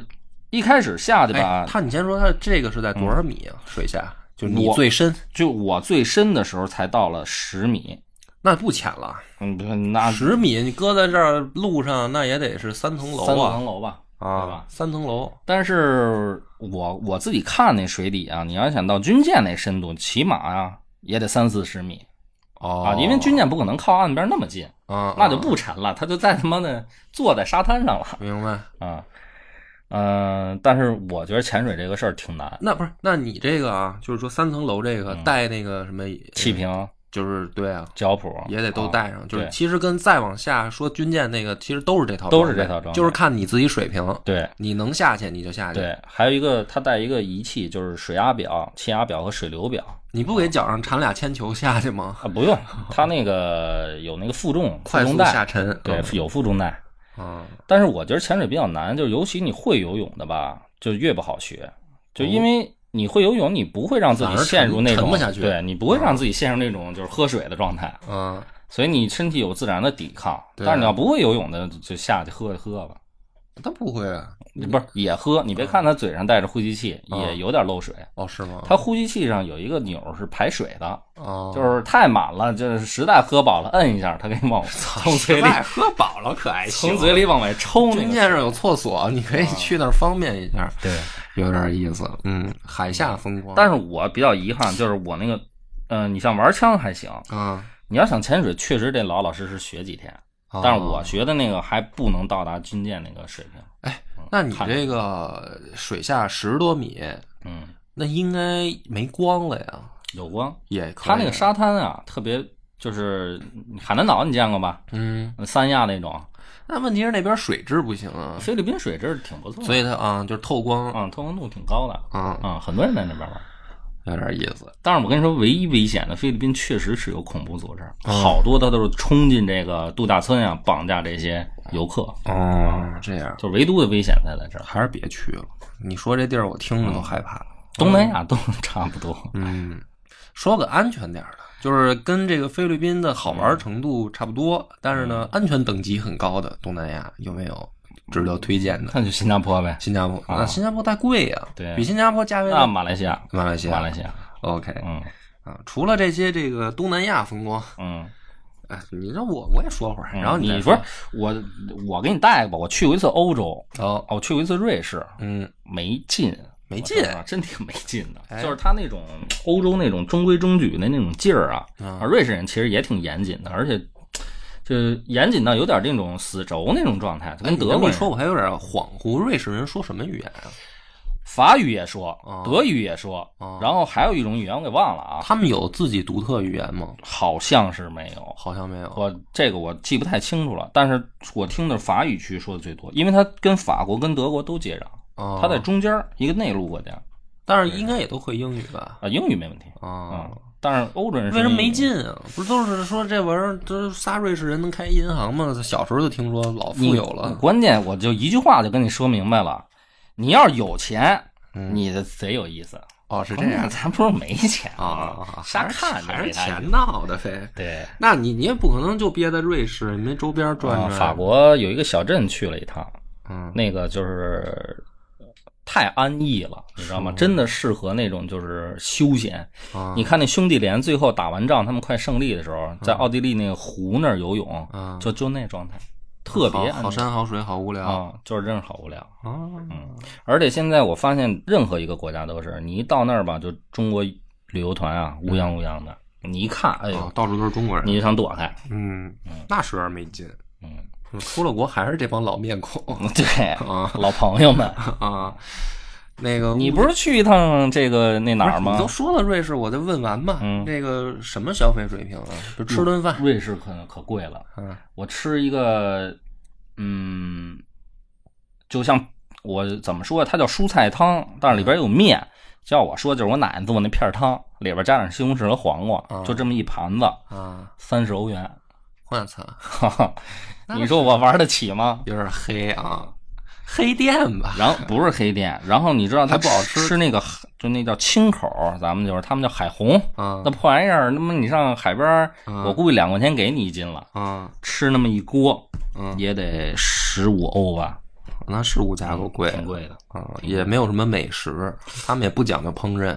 B: 一开始下去吧，
A: 哎，他你先说他这个是在多少米啊？水下就是你
B: 我
A: 最深，
B: 就我最深的时候才到了十米，
A: 那不浅了，
B: 嗯，不是那
A: 十米你搁在这儿路上，那也得是三层
B: 三
A: 楼啊
B: 层楼吧。对
A: 啊
B: 吧，
A: 三层楼
B: 但是我我自己看那水底啊，你要想到军舰那深度，起码啊也得三四十米
A: 哦
B: 啊，因为军舰不可能靠岸边那么近，
A: 啊，
B: 那就
A: 啊
B: 不沉了，它就在他妈的坐在沙滩上了
A: 明白。
B: 啊。嗯、但是我觉得潜水这个事儿挺难，
A: 那不是，那你这个啊，就是说三层楼这个带那个什么
B: 嗯气，瓶、
A: 就是对啊，
B: 脚蹼
A: 嗯也得都
B: 啊
A: 带上。就是
B: 对
A: 其实跟再往下说军舰那个，其实都是这套
B: 都是
A: 装备
B: 这套装备
A: 就是看你自己水平，
B: 对
A: 你能下去你就下去。
B: 对，还有一个它带一个仪器，就是水压表、气压表和水流表。
A: 你不给脚上缠俩铅球下去吗？
B: 啊，不用，它那个有那个负重，负
A: 快
B: 重
A: 速
B: 带
A: 下，沉，
B: 对，有负重带。
A: 嗯，
B: 但是我觉得潜水比较难，就是尤其你会游泳的吧，就越不好学，就因为你会游泳，你不会让自
A: 反
B: 己
A: 而
B: 陷
A: 沉
B: 入那
A: 沉
B: 种
A: 不下去
B: 对你不会让自己陷入那种就是喝水的状态，
A: 嗯嗯，
B: 所以你身体有自然的抵抗。
A: 对啊
B: 但是你要不会游泳的，就下去喝就喝吧，
A: 他不会啊，
B: 不是也喝。你别看他嘴上带着呼吸器，
A: 嗯
B: 也有点漏水。
A: 哦是吗？
B: 他呼吸器上有一个钮儿是排水的，
A: 哦，
B: 就是太满了，就是实在喝饱了，摁一下，他给你往从嘴里
A: 外喝饱了可爱
B: 从嘴里往外抽
A: 军
B: 那个。啊
A: 舰上有厕所，你可以去那儿方便一下，
B: 对，
A: 有点意思。嗯，海下风光，
B: 但是我比较遗憾，就是我那个，嗯，你像玩枪还行，
A: 啊，
B: 你要想潜水，确实得老老实实学几天。
A: 哦
B: 但是我学的那个还不能到达军舰那个水平。
A: 哎那你这个水下十多米，
B: 嗯，
A: 那应该没光了呀，
B: 有光。
A: 也可以
B: 它那个，沙滩啊，特别就是海南岛，你见过吧？
A: 嗯，
B: 三亚那种，
A: 那问题是那边水质不行啊，
B: 菲律宾水质挺不错的，
A: 所以它啊就是透光
B: 嗯，透明度挺高的，
A: 啊，
B: 嗯，很多人在那边玩。
A: 有点意思。
B: 但是我跟你说，唯一危险的菲律宾确实是有恐怖组织，
A: 哦
B: 好多他都是冲进这个度假村啊，绑架这些游客，
A: 哦，这样
B: 就是唯独的危险才在这儿。
A: 还是别去了。你说这地儿，我听着都害怕。
B: 东南亚都差不多，
A: 嗯，说个安全点儿的，就是跟这个菲律宾的好玩程度差不多，但是呢，安全等级很高的东南亚有没有值得推荐的？
B: 那就新加坡呗，
A: 新加坡啊，新加坡太贵呀，
B: 对
A: 比新加坡价位
B: 那马来西亚，
A: 嗯马来西亚
B: 马来西亚，
A: OK
B: 嗯
A: 啊，除了这些这个东南亚风光，
B: 嗯。
A: 哎，你说我我也说会儿，
B: 嗯
A: 然后
B: 你
A: 再
B: 说我我给你带吧，我去过一次欧洲，
A: 好，
B: 哦，我去过一次瑞士，
A: 嗯，
B: 没劲，
A: 没劲
B: 我说实话真挺没劲的。
A: 哎
B: 就是他那种欧洲那种中规中矩的那种劲儿啊，
A: 嗯
B: 啊，瑞士人其实也挺严谨的，而且就严谨到有点这种死轴那种状态，就跟
A: 哎你这
B: 德
A: 么
B: 国
A: 一
B: 人
A: 说，我还有点恍惚，瑞士人说什么语言啊？
B: 法语也说
A: 哦，
B: 德语也说，
A: 哦
B: 然后还有一种语言我给忘了啊，
A: 他们有自己独特语言吗？
B: 好像是没有。
A: 好像没有。
B: 我这个我记不太清楚了，但是我听的法语区说的最多，因为它跟法国跟德国都接壤，
A: 哦
B: 它在中间儿一个内陆国家
A: 但是应该也都会英语吧？
B: 啊，英语没问题
A: 啊
B: 啊，，但是欧洲人是
A: 为什么
B: 英
A: 没
B: 语
A: 劲啊？不是都是说这玩意儿，这仨瑞士人能开银行吗？小时候就听说老
B: 你
A: 富有了，
B: 关键我就一句话就跟你说明白了，你要是有钱，
A: 嗯
B: 你的贼有意思。
A: 哦，是
B: 关键咱不是没钱
A: 啊，
B: 瞎看
A: 还是
B: 就没啥意思
A: 钱闹的呗。
B: 对。
A: 那你你也不可能就憋在瑞士，你那周边转
B: 啊
A: 转。
B: 法，国有一个小镇去了一趟，
A: 嗯，
B: 那个就是太安逸了，你知道吗？真的适合那种就是休闲。
A: 啊
B: 你看那兄弟连最后打完仗，他们快胜利的时候，在奥地利那个湖那儿游泳，
A: 嗯
B: 就就那状态，特别
A: 好
B: 安
A: 好
B: 逸
A: 山好水好无聊啊
B: 啊，就是真是好无聊。。
A: 哦
B: 而且现在我发现，任何一个国家都是，你一到那儿吧，就中国旅游团啊，乌泱乌泱的，你一看，哎
A: 哦
B: 呦，
A: 到处都是中国人，
B: 你就想躲开。
A: 嗯，那是有点没劲。
B: 嗯，
A: 出了国还是这帮老面孔
B: 对，
A: 啊
B: 老朋友们，
A: 啊。那个
B: 你不是去一趟这个那哪儿
A: 不是你
B: 吗
A: 都？说了瑞士，我再问完吧。
B: 嗯
A: 那个什么消费水平啊？就吃顿饭，
B: 瑞士可可贵了，
A: 嗯
B: 我吃一个，嗯，就像我怎么说，它叫蔬菜汤，但是里边有面。叫我说就是我奶奶做那片儿汤，里边加上西红柿和黄瓜，就这么一盘子，
A: 啊，
B: 三十欧元。
A: 我操，
B: 哈哈，你说我玩得起吗？
A: 有点黑啊，黑店吧？
B: 然后不是黑店，然后你知道他
A: 还不好吃
B: 吃那个就那叫青口，咱们就是他们叫海红，
A: 啊
B: 那破玩意儿，那么你上海边儿，
A: 嗯
B: 我估计两块钱给你一斤了，
A: 啊，
B: 吃那么一锅
A: 嗯，
B: 也得十五欧吧，
A: 那是物价够贵
B: 挺贵的。
A: 啊，也没有什么美食，他们也不讲究烹饪。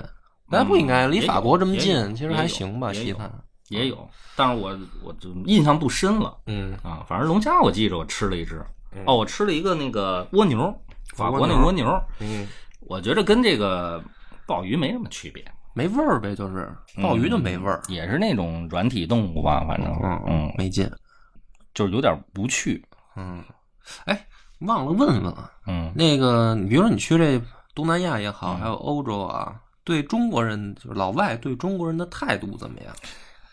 A: 那不应该离
B: 也
A: 法
B: 有
A: 国这么
B: 也有
A: 近，其实
B: 也
A: 还
B: 有
A: 行吧，
B: 也
A: 西
B: 有
A: 餐。
B: 也有，但是我我就印象不深了
A: 嗯，
B: 啊，反正龙虾我记着我吃了一只，哦，我吃了一个那个蜗牛，法国那
A: 蜗
B: 蜗牛，
A: 嗯，
B: 我觉得跟这个鲍鱼没什么区别。
A: 没味儿呗，就是嗯
B: 嗯
A: 鲍鱼就没味儿，
B: 也是那种软体动物吧，反正
A: 嗯
B: 嗯，
A: 没劲。
B: 就是有点无趣，
A: 嗯，哎，忘了问问了，
B: 嗯，
A: 那个，你比如说你去这东南亚也好，还有欧洲啊，对中国人就是老外对中国人的态度怎么样？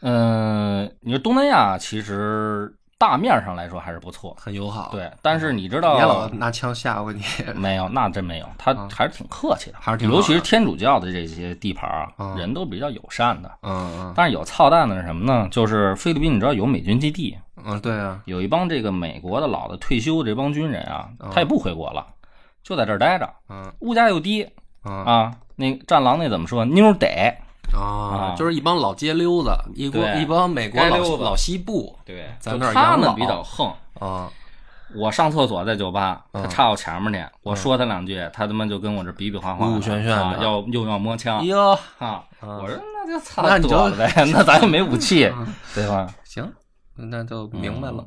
B: 呃，你说东南亚其实大面上来说还是不错。
A: 很友好。，
B: 对，但是你知
A: 别老嗯
B: 道
A: 拿枪吓唬你。
B: 没有？那真没有，他还是挺客气的，
A: 还是挺好的
B: 尤其是天主教的这些地盘儿啊，
A: 嗯
B: 人都比较友善的。
A: 嗯嗯
B: 但是有操蛋的是什么呢？就是菲律宾，你知道有美军基地，
A: 嗯，对啊，
B: 有一帮这个美国的老的退休这帮军人啊，他也不回国了，就在这儿待着，
A: 嗯
B: 物价又低
A: 嗯
B: 啊。那个战狼那怎么说？妞儿得，
A: 啊
B: 啊，
A: 就是一帮老街溜子，一国
B: 对
A: 一帮美国
B: 街
A: 老
B: 溜子
A: 老西部
B: 对，
A: 咱
B: 就
A: 们这儿
B: 他
A: 养
B: 们
A: 老
B: 比较横。
A: 啊，
B: 我上厕所在酒吧，
A: 嗯
B: 他插我前面去，我说他两句，他他妈就跟我这比比划划的，
A: 呜呜旋旋的
B: 啊要又要摸枪
A: 哟，
B: 啊！
A: 嗯
B: 我说那就操
A: 那你就啊
B: 躲了呗， 那咱也没武器，对吧？
A: 行，那就
B: 嗯
A: 明白了。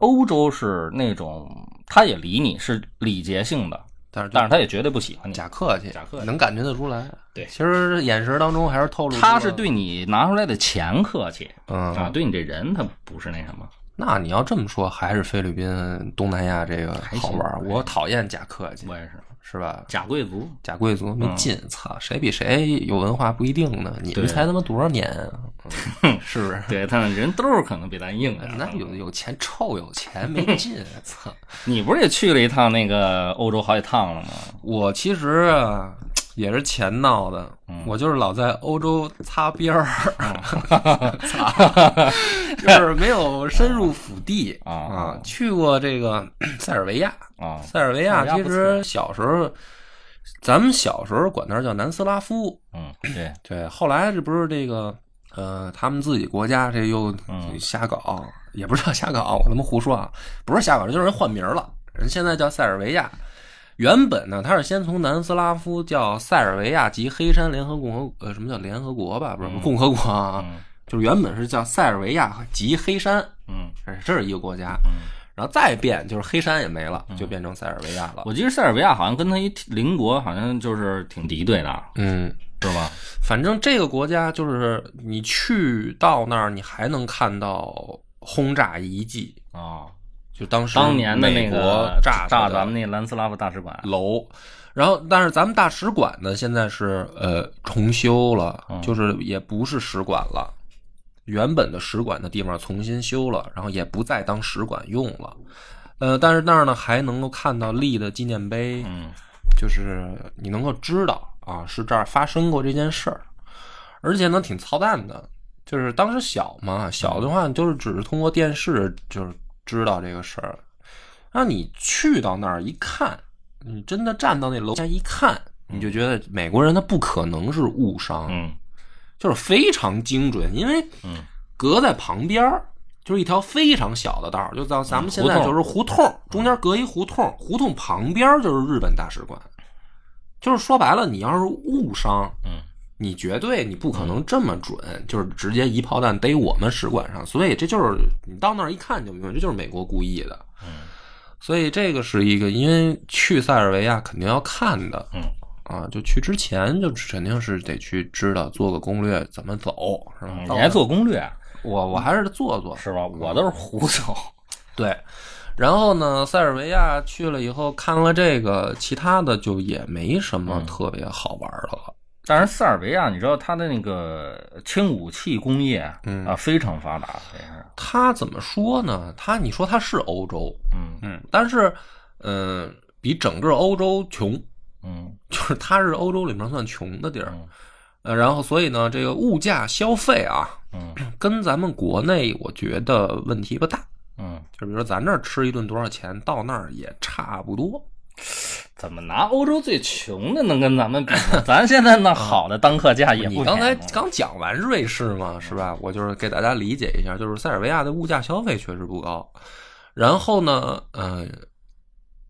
B: 欧洲是那种他也理你是礼节性的，
A: 但是就
B: 但是他也绝对不喜欢你。
A: 假客气，
B: 假客气
A: 能感觉得出来。
B: 对
A: 其实眼神当中还是透露出
B: 他是
A: 了
B: 对你拿出来的钱客气啊，
A: 嗯，
B: 对你这人他不是那什么。
A: 那你要这么说，还是菲律宾、东南亚这个
B: 行
A: 好玩儿。我讨厌假客气，
B: 我也是
A: 是吧？
B: 假贵族，
A: 假贵族没劲，操、谁比谁有文化不一定呢？你
B: 对
A: 们才他妈多少年啊？嗯是不是？
B: 对，但是人兜儿可能比咱硬点儿。
A: 那有有钱臭有钱没劲，操！
B: 你不是也去了一趟那个欧洲好几趟了吗？
A: 我其实啊也是钱闹的，
B: 嗯
A: 我就是老在欧洲擦边儿，
B: 哦
A: 擦， 就是没有深入腹地
B: 啊
A: 啊。去过这个 塞尔维亚，
B: 啊，
A: 塞尔维亚
B: 塞尔维亚
A: 其
B: 不
A: 实小时候，咱们小时候管那儿叫南斯拉夫，
B: 嗯，对，
A: 对，后来这不是这个呃，他们自己国家这又
B: 嗯
A: 瞎搞，也不知道瞎搞，我他妈胡说啊，不是瞎搞，就是人换名儿了，人现在叫塞尔维亚。原本呢，他是先从南斯拉夫叫塞尔维亚及黑山联合共和呃，什么叫联合国吧？不是、
B: 嗯
A: 共和国啊，
B: 嗯
A: 就是原本是叫塞尔维亚及黑山，
B: 嗯
A: 这是这是一个国家，
B: 嗯。
A: 然后再变就是黑山也没了，就变成塞尔维亚了。
B: 我记得塞尔维亚好像跟他一邻国，好像就是挺敌对的，
A: 嗯，
B: 是吧？
A: 反正这个国家就是你去到那儿，你还能看到轰炸遗迹，
B: 啊、
A: 就当时
B: 当年的那
A: 美国
B: 个
A: 炸
B: 炸
A: 的
B: 咱们那南斯拉夫大使馆，
A: 楼。然后，但是咱们大使馆呢，现在是呃重修了，
B: 嗯
A: 就是也不是使馆了，原本的使馆的地方重新修了，然后也不再当使馆用了。呃，但是那儿呢还能够看到立的纪念碑，
B: 嗯
A: 就是你能够知道啊，是这儿发生过这件事儿，而且呢挺操蛋的，就是当时小嘛，小的话你就是只是通过电视就是知道这个事儿，那你去到那儿一看，你真的站到那楼下一看，你就觉得美国人他不可能是误伤，
B: 嗯
A: 就是非常精准，因为
B: 嗯
A: 隔在旁边儿就是一条非常小的道儿，就咱咱们现在
B: 胡同嗯
A: 就是胡同儿，中间隔一胡同儿，胡同旁边儿就是日本大使馆。就是说白了，你要是误伤，
B: 嗯，
A: 你绝对你不可能这么准，就是直接一炮弹逮我们使馆上。所以这就是你到那儿一看就明白，这就是美国故意的。
B: 嗯
A: 所以这个是一个，因为去塞尔维亚肯定要看的，
B: 嗯
A: 啊，就去之前就肯定是得去知道做个攻略怎么走，是吧？
B: 嗯，你
A: 到
B: 还做攻略
A: 我我还是做做，
B: 嗯是吧？我都是胡走，
A: 对，然后呢，塞尔维亚去了以后看了这个，其他的就也没什
B: 嗯
A: 么特别好玩的了。
B: 但是塞尔维亚，你知道它的那个轻武器工业，
A: 嗯
B: 啊，非常发达，也是，
A: 它怎么说呢？它你说它是欧洲，
B: 嗯
A: 嗯，但是，嗯、比整个欧洲穷，
B: 嗯
A: 就是它是欧洲里面算穷的地儿
B: 嗯。
A: 呃，然后所以呢，这个物价消费啊，
B: 嗯
A: 跟咱们国内我觉得问题不大。
B: 嗯，
A: 就比如说咱这儿吃一顿多少钱，到那儿也差不多。
B: 怎么拿欧洲最穷的能跟咱们比 呢？咱现在那好的当客价啊也不
A: 你刚才
B: 便宜
A: 刚讲完瑞士嘛，是吧？我就是给大家理解一下，就是塞尔维亚的物价消费确实不高，然后呢，嗯、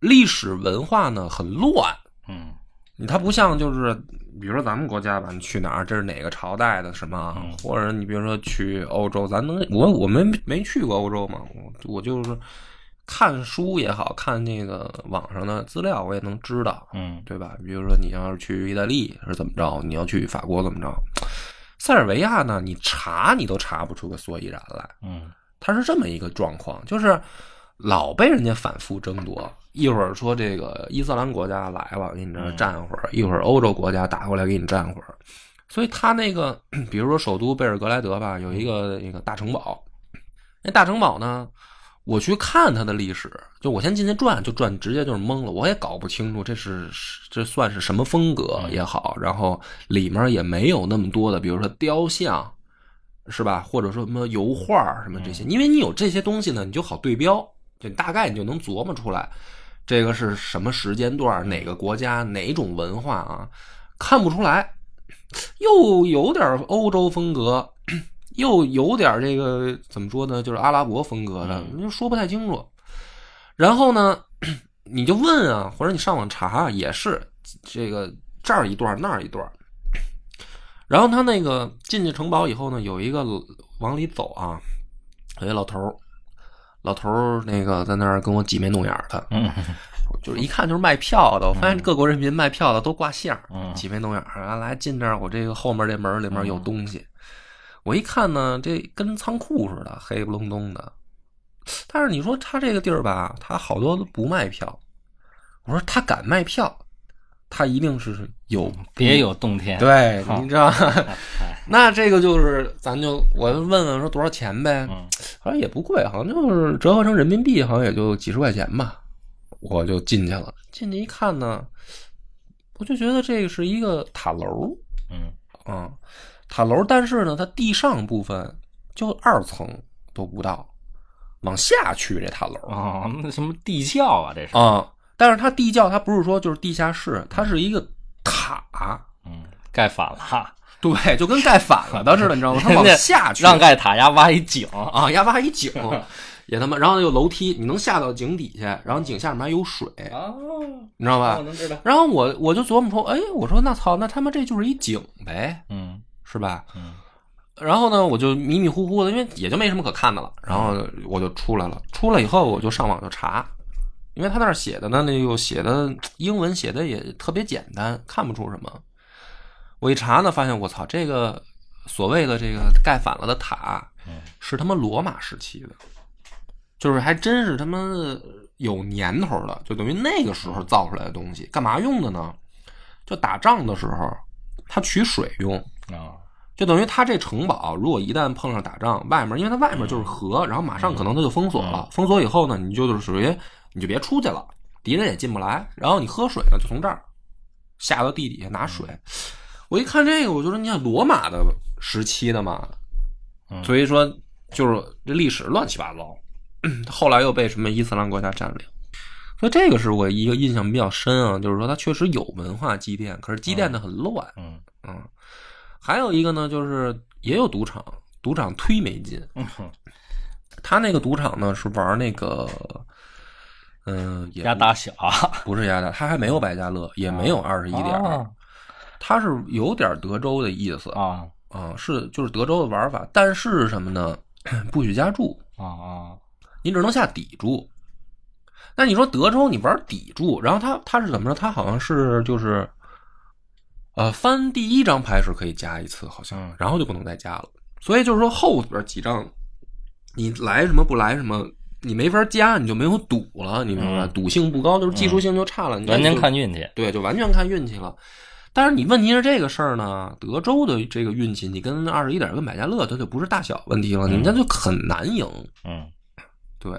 A: 历史文化呢很乱，
B: 嗯
A: 它不像就是比如说咱们国家吧，你去哪儿这是哪个朝代的什么啊，
B: 嗯
A: 或者你比如说去欧洲，咱能我我们没去过欧洲嘛，我我就是看书也好看那个网上的资料，我也能知道，
B: 嗯
A: 对吧？比如说你要是去意大利是怎么着，你要去法国怎么着，塞尔维亚呢，你查你都查不出个所以然来，
B: 嗯
A: 它是这么一个状况，就是老被人家反复争夺。一会儿说这个伊斯兰国家来了，给你这儿站会儿；一会儿欧洲国家打过来给你站会儿。所以它那个， 比如说首都贝尔格莱德吧，有一个那个大城堡，那大城堡呢，我去看它的历史，就我先进去转，就转直接就是懵了，我也搞不清楚这是这算是什么风格也好，然后里面也没有那么多的，比如说雕像，是吧？或者说什么油画什么这些，因为你有这些东西呢，你就好对标，就你大概你就能琢磨出来这个是什么时间段、哪个国家、哪种文化啊，看不出来，又有点欧洲风格，又有点这个怎么说呢，就是阿拉伯风格的，你就说不太清楚。然后呢，你就问啊，或者你上网查啊也是这个这儿一段那儿一段。然后他那个进去城堡以后呢，有一个往里走啊，有一老头儿，老头儿那个在那儿跟我挤眉弄眼儿的，
B: 嗯
A: 就是一看就是卖票的。我发现各国人民卖票的都挂相，
B: 嗯
A: 挤眉弄眼儿啊，来进这儿，我这个后面这门儿里面有东西。我一看呢，这跟仓库似的，黑不隆咚的。但是你说他这个地儿吧，他好多都不卖票。我说他敢卖票，他一定是有
B: 别有洞天。
A: 对，
B: 好
A: 你知道，
B: 哎，
A: 那这个就是咱就我问问说多少钱呗，
B: 嗯
A: 好像也不贵，好像就是折合成人民币好像也就几十块钱吧。我就进去了，进去一看呢，我就觉得这个是一个塔楼
B: 嗯
A: 啊、塔楼，但是呢，它地上部分就二层都不到，往下去这塔楼
B: 哦，那什么地窖啊，这是
A: 啊、但是它地窖它不是说就是地下室，它是一个塔，
B: 嗯，盖反了，
A: 对，就跟盖反了的似的，你知道吗？它往
B: 人家
A: 下去，
B: 让盖塔呀挖一井，
A: 啊，压挖一井，也他妈，然后有楼梯，你能下到井底下，然后井下面还有水，
B: 哦，
A: 你知道
B: 我
A: 吧？
B: 能知道。
A: 然后我我就琢磨说，哎，我说那操，那他妈这就是一井呗，
B: 嗯
A: 是吧？
B: 嗯
A: 然后呢，我就迷迷糊糊的，因为也就没什么可看的了，然后我就出来了。出来以后，我就上网就查，因为他那儿写的呢，那又写的英文写的也特别简单，看不出什么。我一查呢，发现我操，这个所谓的这个盖反了的塔
B: 嗯，
A: 是他妈罗马时期的，就是还真是他妈有年头的，就等于那个时候造出来的东西，干嘛用的呢？就打仗的时候，它取水用。
B: 啊
A: 就等于它这城堡，如果一旦碰上打仗，外面因为它外面
B: 嗯
A: 就是河，然后马上可能它就封锁了。封锁以后呢，你就就是属于你就别出去了，敌人也进不来。然后你喝水呢，就从这儿下到地底下拿水。
B: 嗯
A: 我一看这个，我就说，你看罗马的时期的嘛，
B: 嗯
A: 所以说就是这历史乱七八糟，后来又被什么伊斯兰国家占领。所以这个是我一个印象比较深啊，就是说它确实有文化积淀，可是积淀的很乱。
B: 嗯
A: 嗯，还有一个呢，就是也有赌场，赌场忒没劲。
B: 嗯
A: 他那个赌场呢是玩那个，嗯、也
B: 压大小
A: 不是压大，他还没有百家乐，也没有二十一点儿，
B: 啊
A: 他是有点德州的意思啊、
B: 啊
A: 是就是德州的玩法，但是是什么呢？ 不许加注，
B: 啊啊
A: 你只能下底注。那你说德州你玩底注，然后他他是怎么着？他好像是就是，呃，翻第一张牌是可以加一次，好像
B: 嗯，
A: 然后就不能再加了。所以就是说后边几张，你来什么不来什么，你没法加，你就没有赌了，你明白吧？
B: 嗯
A: 赌性不高，就是技术性就差了，你就
B: 完全看运气。
A: 对，就完全看运气了。但是你问题是这个事儿呢，德州的这个运气，你跟二十一点跟百家乐，它就不是大小问题了，
B: 嗯
A: 人家就很难赢。
B: 嗯，
A: 对，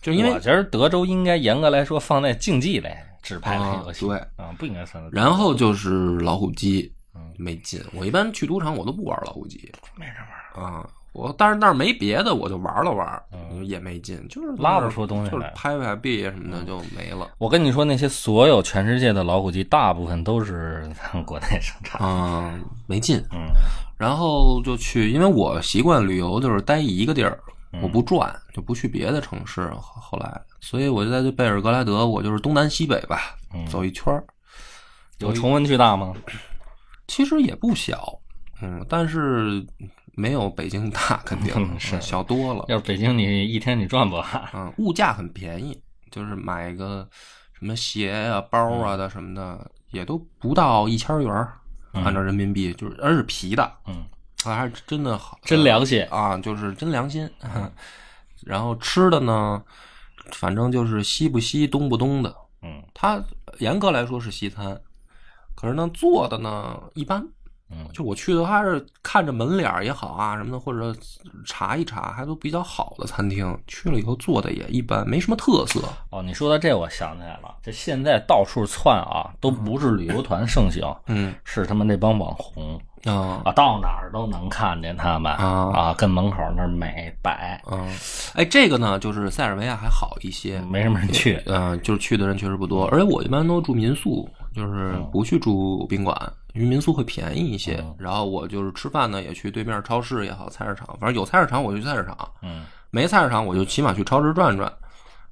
A: 就因为
B: 我觉得德州应该严格来说放在竞技类纸牌类游戏，
A: 啊
B: 啊，不应该算在。
A: 然后就是老虎机
B: 嗯，
A: 没劲。我一般去赌场我都不玩老虎机
B: 没人玩儿，
A: 啊，我但是那儿没别的，我就玩了玩，
B: 嗯
A: 也没劲，就是
B: 拉不出东西
A: 就是
B: 来嗯
A: 拍拍币什么的就没了
B: 我跟你说，那些所有全世界的老虎机，大部分都是咱们国内生产。
A: 啊，没劲。
B: 嗯
A: 然后就去，因为我习惯旅游就是待一个地儿，
B: 嗯
A: 我不转，就不去别的城市。后后来，所以我就在这贝尔格莱德，我就是东南西北吧，
B: 嗯，
A: 走一圈儿。
B: 有重温巨大吗？
A: 其实也不小，嗯，但是没有北京大，肯定、
B: 嗯是
A: 小多了。
B: 要是北京，你一天你转不完。
A: 嗯，物价很便宜，就是买个什么鞋啊、包啊的什么的，也都不到一千元儿，
B: 嗯
A: 按照人民币，就是而是皮的，
B: 嗯，
A: 啊，还是真的好，
B: 真良心
A: 啊，就是真良心。 然后吃的呢，反正就是西不西、东不东的，
B: 嗯
A: 它严格来说是西餐，可是呢做的呢一般，
B: 嗯
A: 就我去的话是看着门脸儿也好啊什么的，或者查一查，还都比较好的餐厅。去了以后做的也一般，没什么特色。
B: 哦，你说到这，我想起来了，这现在到处窜啊，都不是旅游团盛行，
A: 嗯
B: 是他们那帮网红
A: 啊
B: 啊，到哪儿都能看见他们
A: 啊
B: 啊，跟门口那儿美摆，
A: 嗯，哎，这个呢，就是塞尔维亚还好一些，
B: 没什么人去。
A: 嗯、就是去的人确实不多，而且我一般都住民宿，就是不去住宾馆，因为民宿会便宜一些
B: 嗯。
A: 然后我就是吃饭呢，也去对面超市也好，菜市场，反正有菜市场我就去菜市场，
B: 嗯
A: 没菜市场我就起码去超市转转。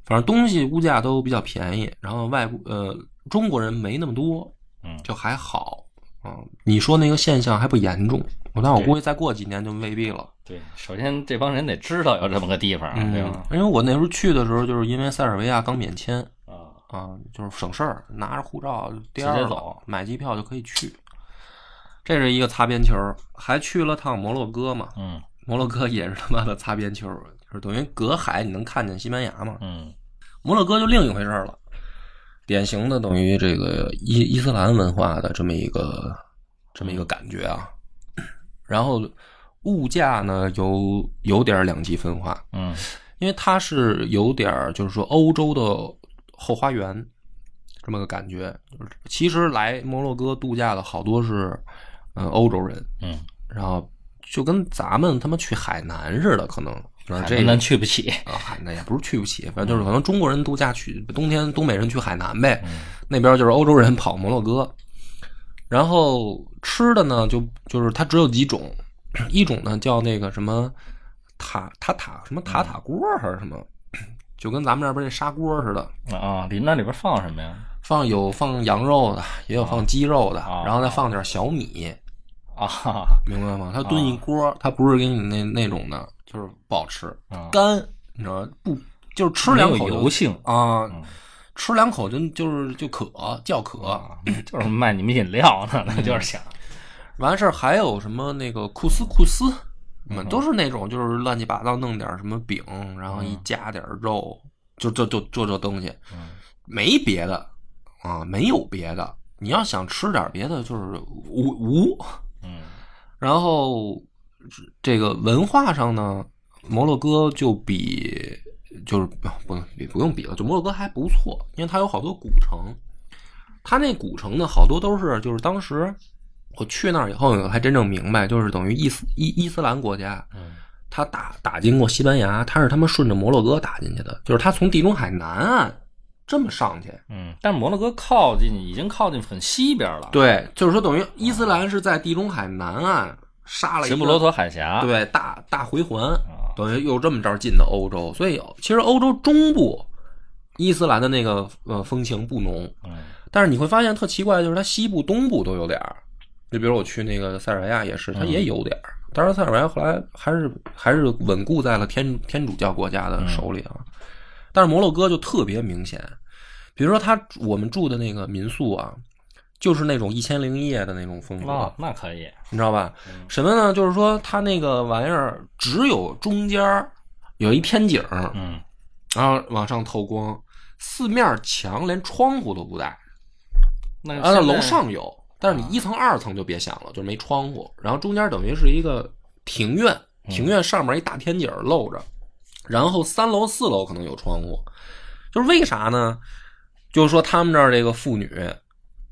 A: 反正东西物价都比较便宜，然后外国呃中国人没那么多，
B: 嗯，
A: 就还好。嗯，你说那个现象还不严重，我但我
B: 对
A: 估计再过几年就未必了。
B: 对，首先这帮人得知道啊有这么个地方，对
A: 嗯
B: 吧？，
A: 因为我那时候去的时候，就是因为塞尔维亚刚免签，
B: 啊，
A: 啊，就是省事儿，拿着护照第
B: 直接
A: 二
B: 走，
A: 买机票就可以去。这是一个擦边球儿，还去了趟摩洛哥嘛？
B: 嗯
A: 摩洛哥也是他妈的擦边球儿，就是等于隔海你能看见西班牙嘛？
B: 嗯
A: 摩洛哥就另一回事儿了，典型的等于这个伊伊斯兰文化的这么一个这么一个感觉啊。然后物价呢，有有点儿两极分化，
B: 嗯
A: 因为它是有点儿就是说欧洲的后花园这么个感觉。就是其实来摩洛哥度假的好多是嗯欧洲人，
B: 嗯，
A: 然后就跟咱们他妈去海南似的，可能。然呃后这
B: 咱
A: 个
B: 去不起。
A: 啊，海南也不是去不起，反正就是可能中国人度假去，冬天东北人去海南呗，
B: 嗯
A: 那边就是欧洲人跑摩洛哥。然后吃的呢，就就是它只有几种，一种呢叫那个什么塔塔塔什么塔
B: 嗯
A: 塔锅还是什么，就跟咱们这边这砂锅似的，
B: 啊，里那里边放什么呀？
A: 放有放羊肉的，也有放鸡肉的，
B: 啊
A: 然后再放点小米，
B: 啊
A: 明白吗？它炖
B: 哦
A: 一锅，它不是给你那那种的，就是不好吃，
B: 啊，
A: 干，你知道吗不？就是吃两
B: 没
A: 口
B: 有
A: 就
B: 油性嗯
A: 啊，吃两口就就是就渴叫渴。
B: 啊，就是卖你们饮料呢，
A: 嗯
B: 那就是想
A: 完事儿还有什么那个库斯库斯，嗯，都是那种就是乱七八糟弄点儿什么饼，然后一加点儿肉，就就就就这东西，
B: 嗯
A: 没别的啊，没有别的。你要想吃点儿别的，就是无无。
B: 嗯
A: 然后这个文化上呢，摩洛哥就比就是不能比不用比了，就摩洛哥还不错，因为它有好多古城，它那古城呢好多都是就是当时我去那儿以后还真正明白，就是等于伊斯伊伊斯兰国家。
B: 嗯
A: 它打打经过西班牙，它是他们顺着摩洛哥打进去的，就是它从地中海南岸这么上去，
B: 嗯，但是摩洛哥靠近已经靠近很西边了，，
A: 对，就是说等于伊斯兰是在地中海南岸杀了一
B: 直
A: 个
B: 布罗啊陀海峡，
A: 对大大回环，
B: 啊，
A: 等于又这么着进的欧洲，所以其实欧洲中部伊斯兰的那个呃风情不浓，
B: 嗯
A: 但是你会发现特奇怪，就是它西部、东部都有点儿。就比如我去那个塞尔维亚也是，它也有点儿。当然，塞尔维亚后来还是还是稳固在了天天主教国家的手里啊。但是摩洛哥就特别明显，比如说他我们住的那个民宿啊，就是那种一千零一夜的那种风格，
B: 哦，那可以，
A: 你知道吧？什么呢？就是说它那个玩意儿只有中间儿有一天井，
B: 嗯
A: 然后往上透光，四面墙连窗户都不带，
B: 那
A: 啊，那
B: 现在
A: 楼上有，但是你一层、二层就别想了，就是没窗户。然后中间等于是一个庭院，
B: 嗯
A: 庭院上面一大天井露着，然后三楼、四楼可能有窗户。就是为啥呢？就是说他们这儿这个妇女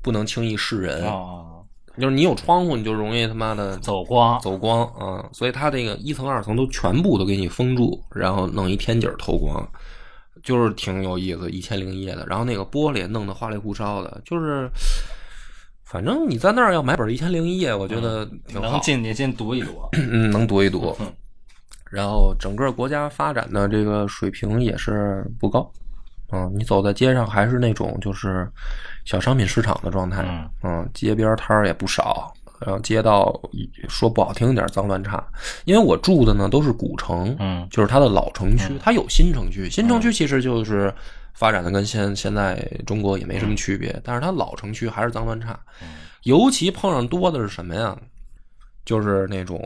A: 不能轻易示人，
B: 哦，
A: 就是你有窗户，你就容易他妈的
B: 走光，
A: 走光啊、所以它这个一层、二层都全部都给你封住，然后弄一天井儿透光，就是挺有意思，一千零一夜的。然后那个玻璃弄得花里胡哨的，就是反正你在那儿要买本《一千零一夜》，我觉得挺好
B: 嗯能，进去先读一读，
A: 嗯，能读一读
B: 嗯。
A: 然后整个国家发展的这个水平也是不高，嗯，你走在街上还是那种就是小商品市场的状态，
B: 嗯
A: 嗯，街边摊儿也不少，然后街道说不好听一点脏乱差。因为我住的呢都是古城，
B: 嗯
A: 就是它的老城区，它有新城区，新城区其实就是发展的跟现现在中国也没
B: 嗯
A: 什么区别，但是它老城区还是脏乱差，尤其碰上多的是什么呀？就是那种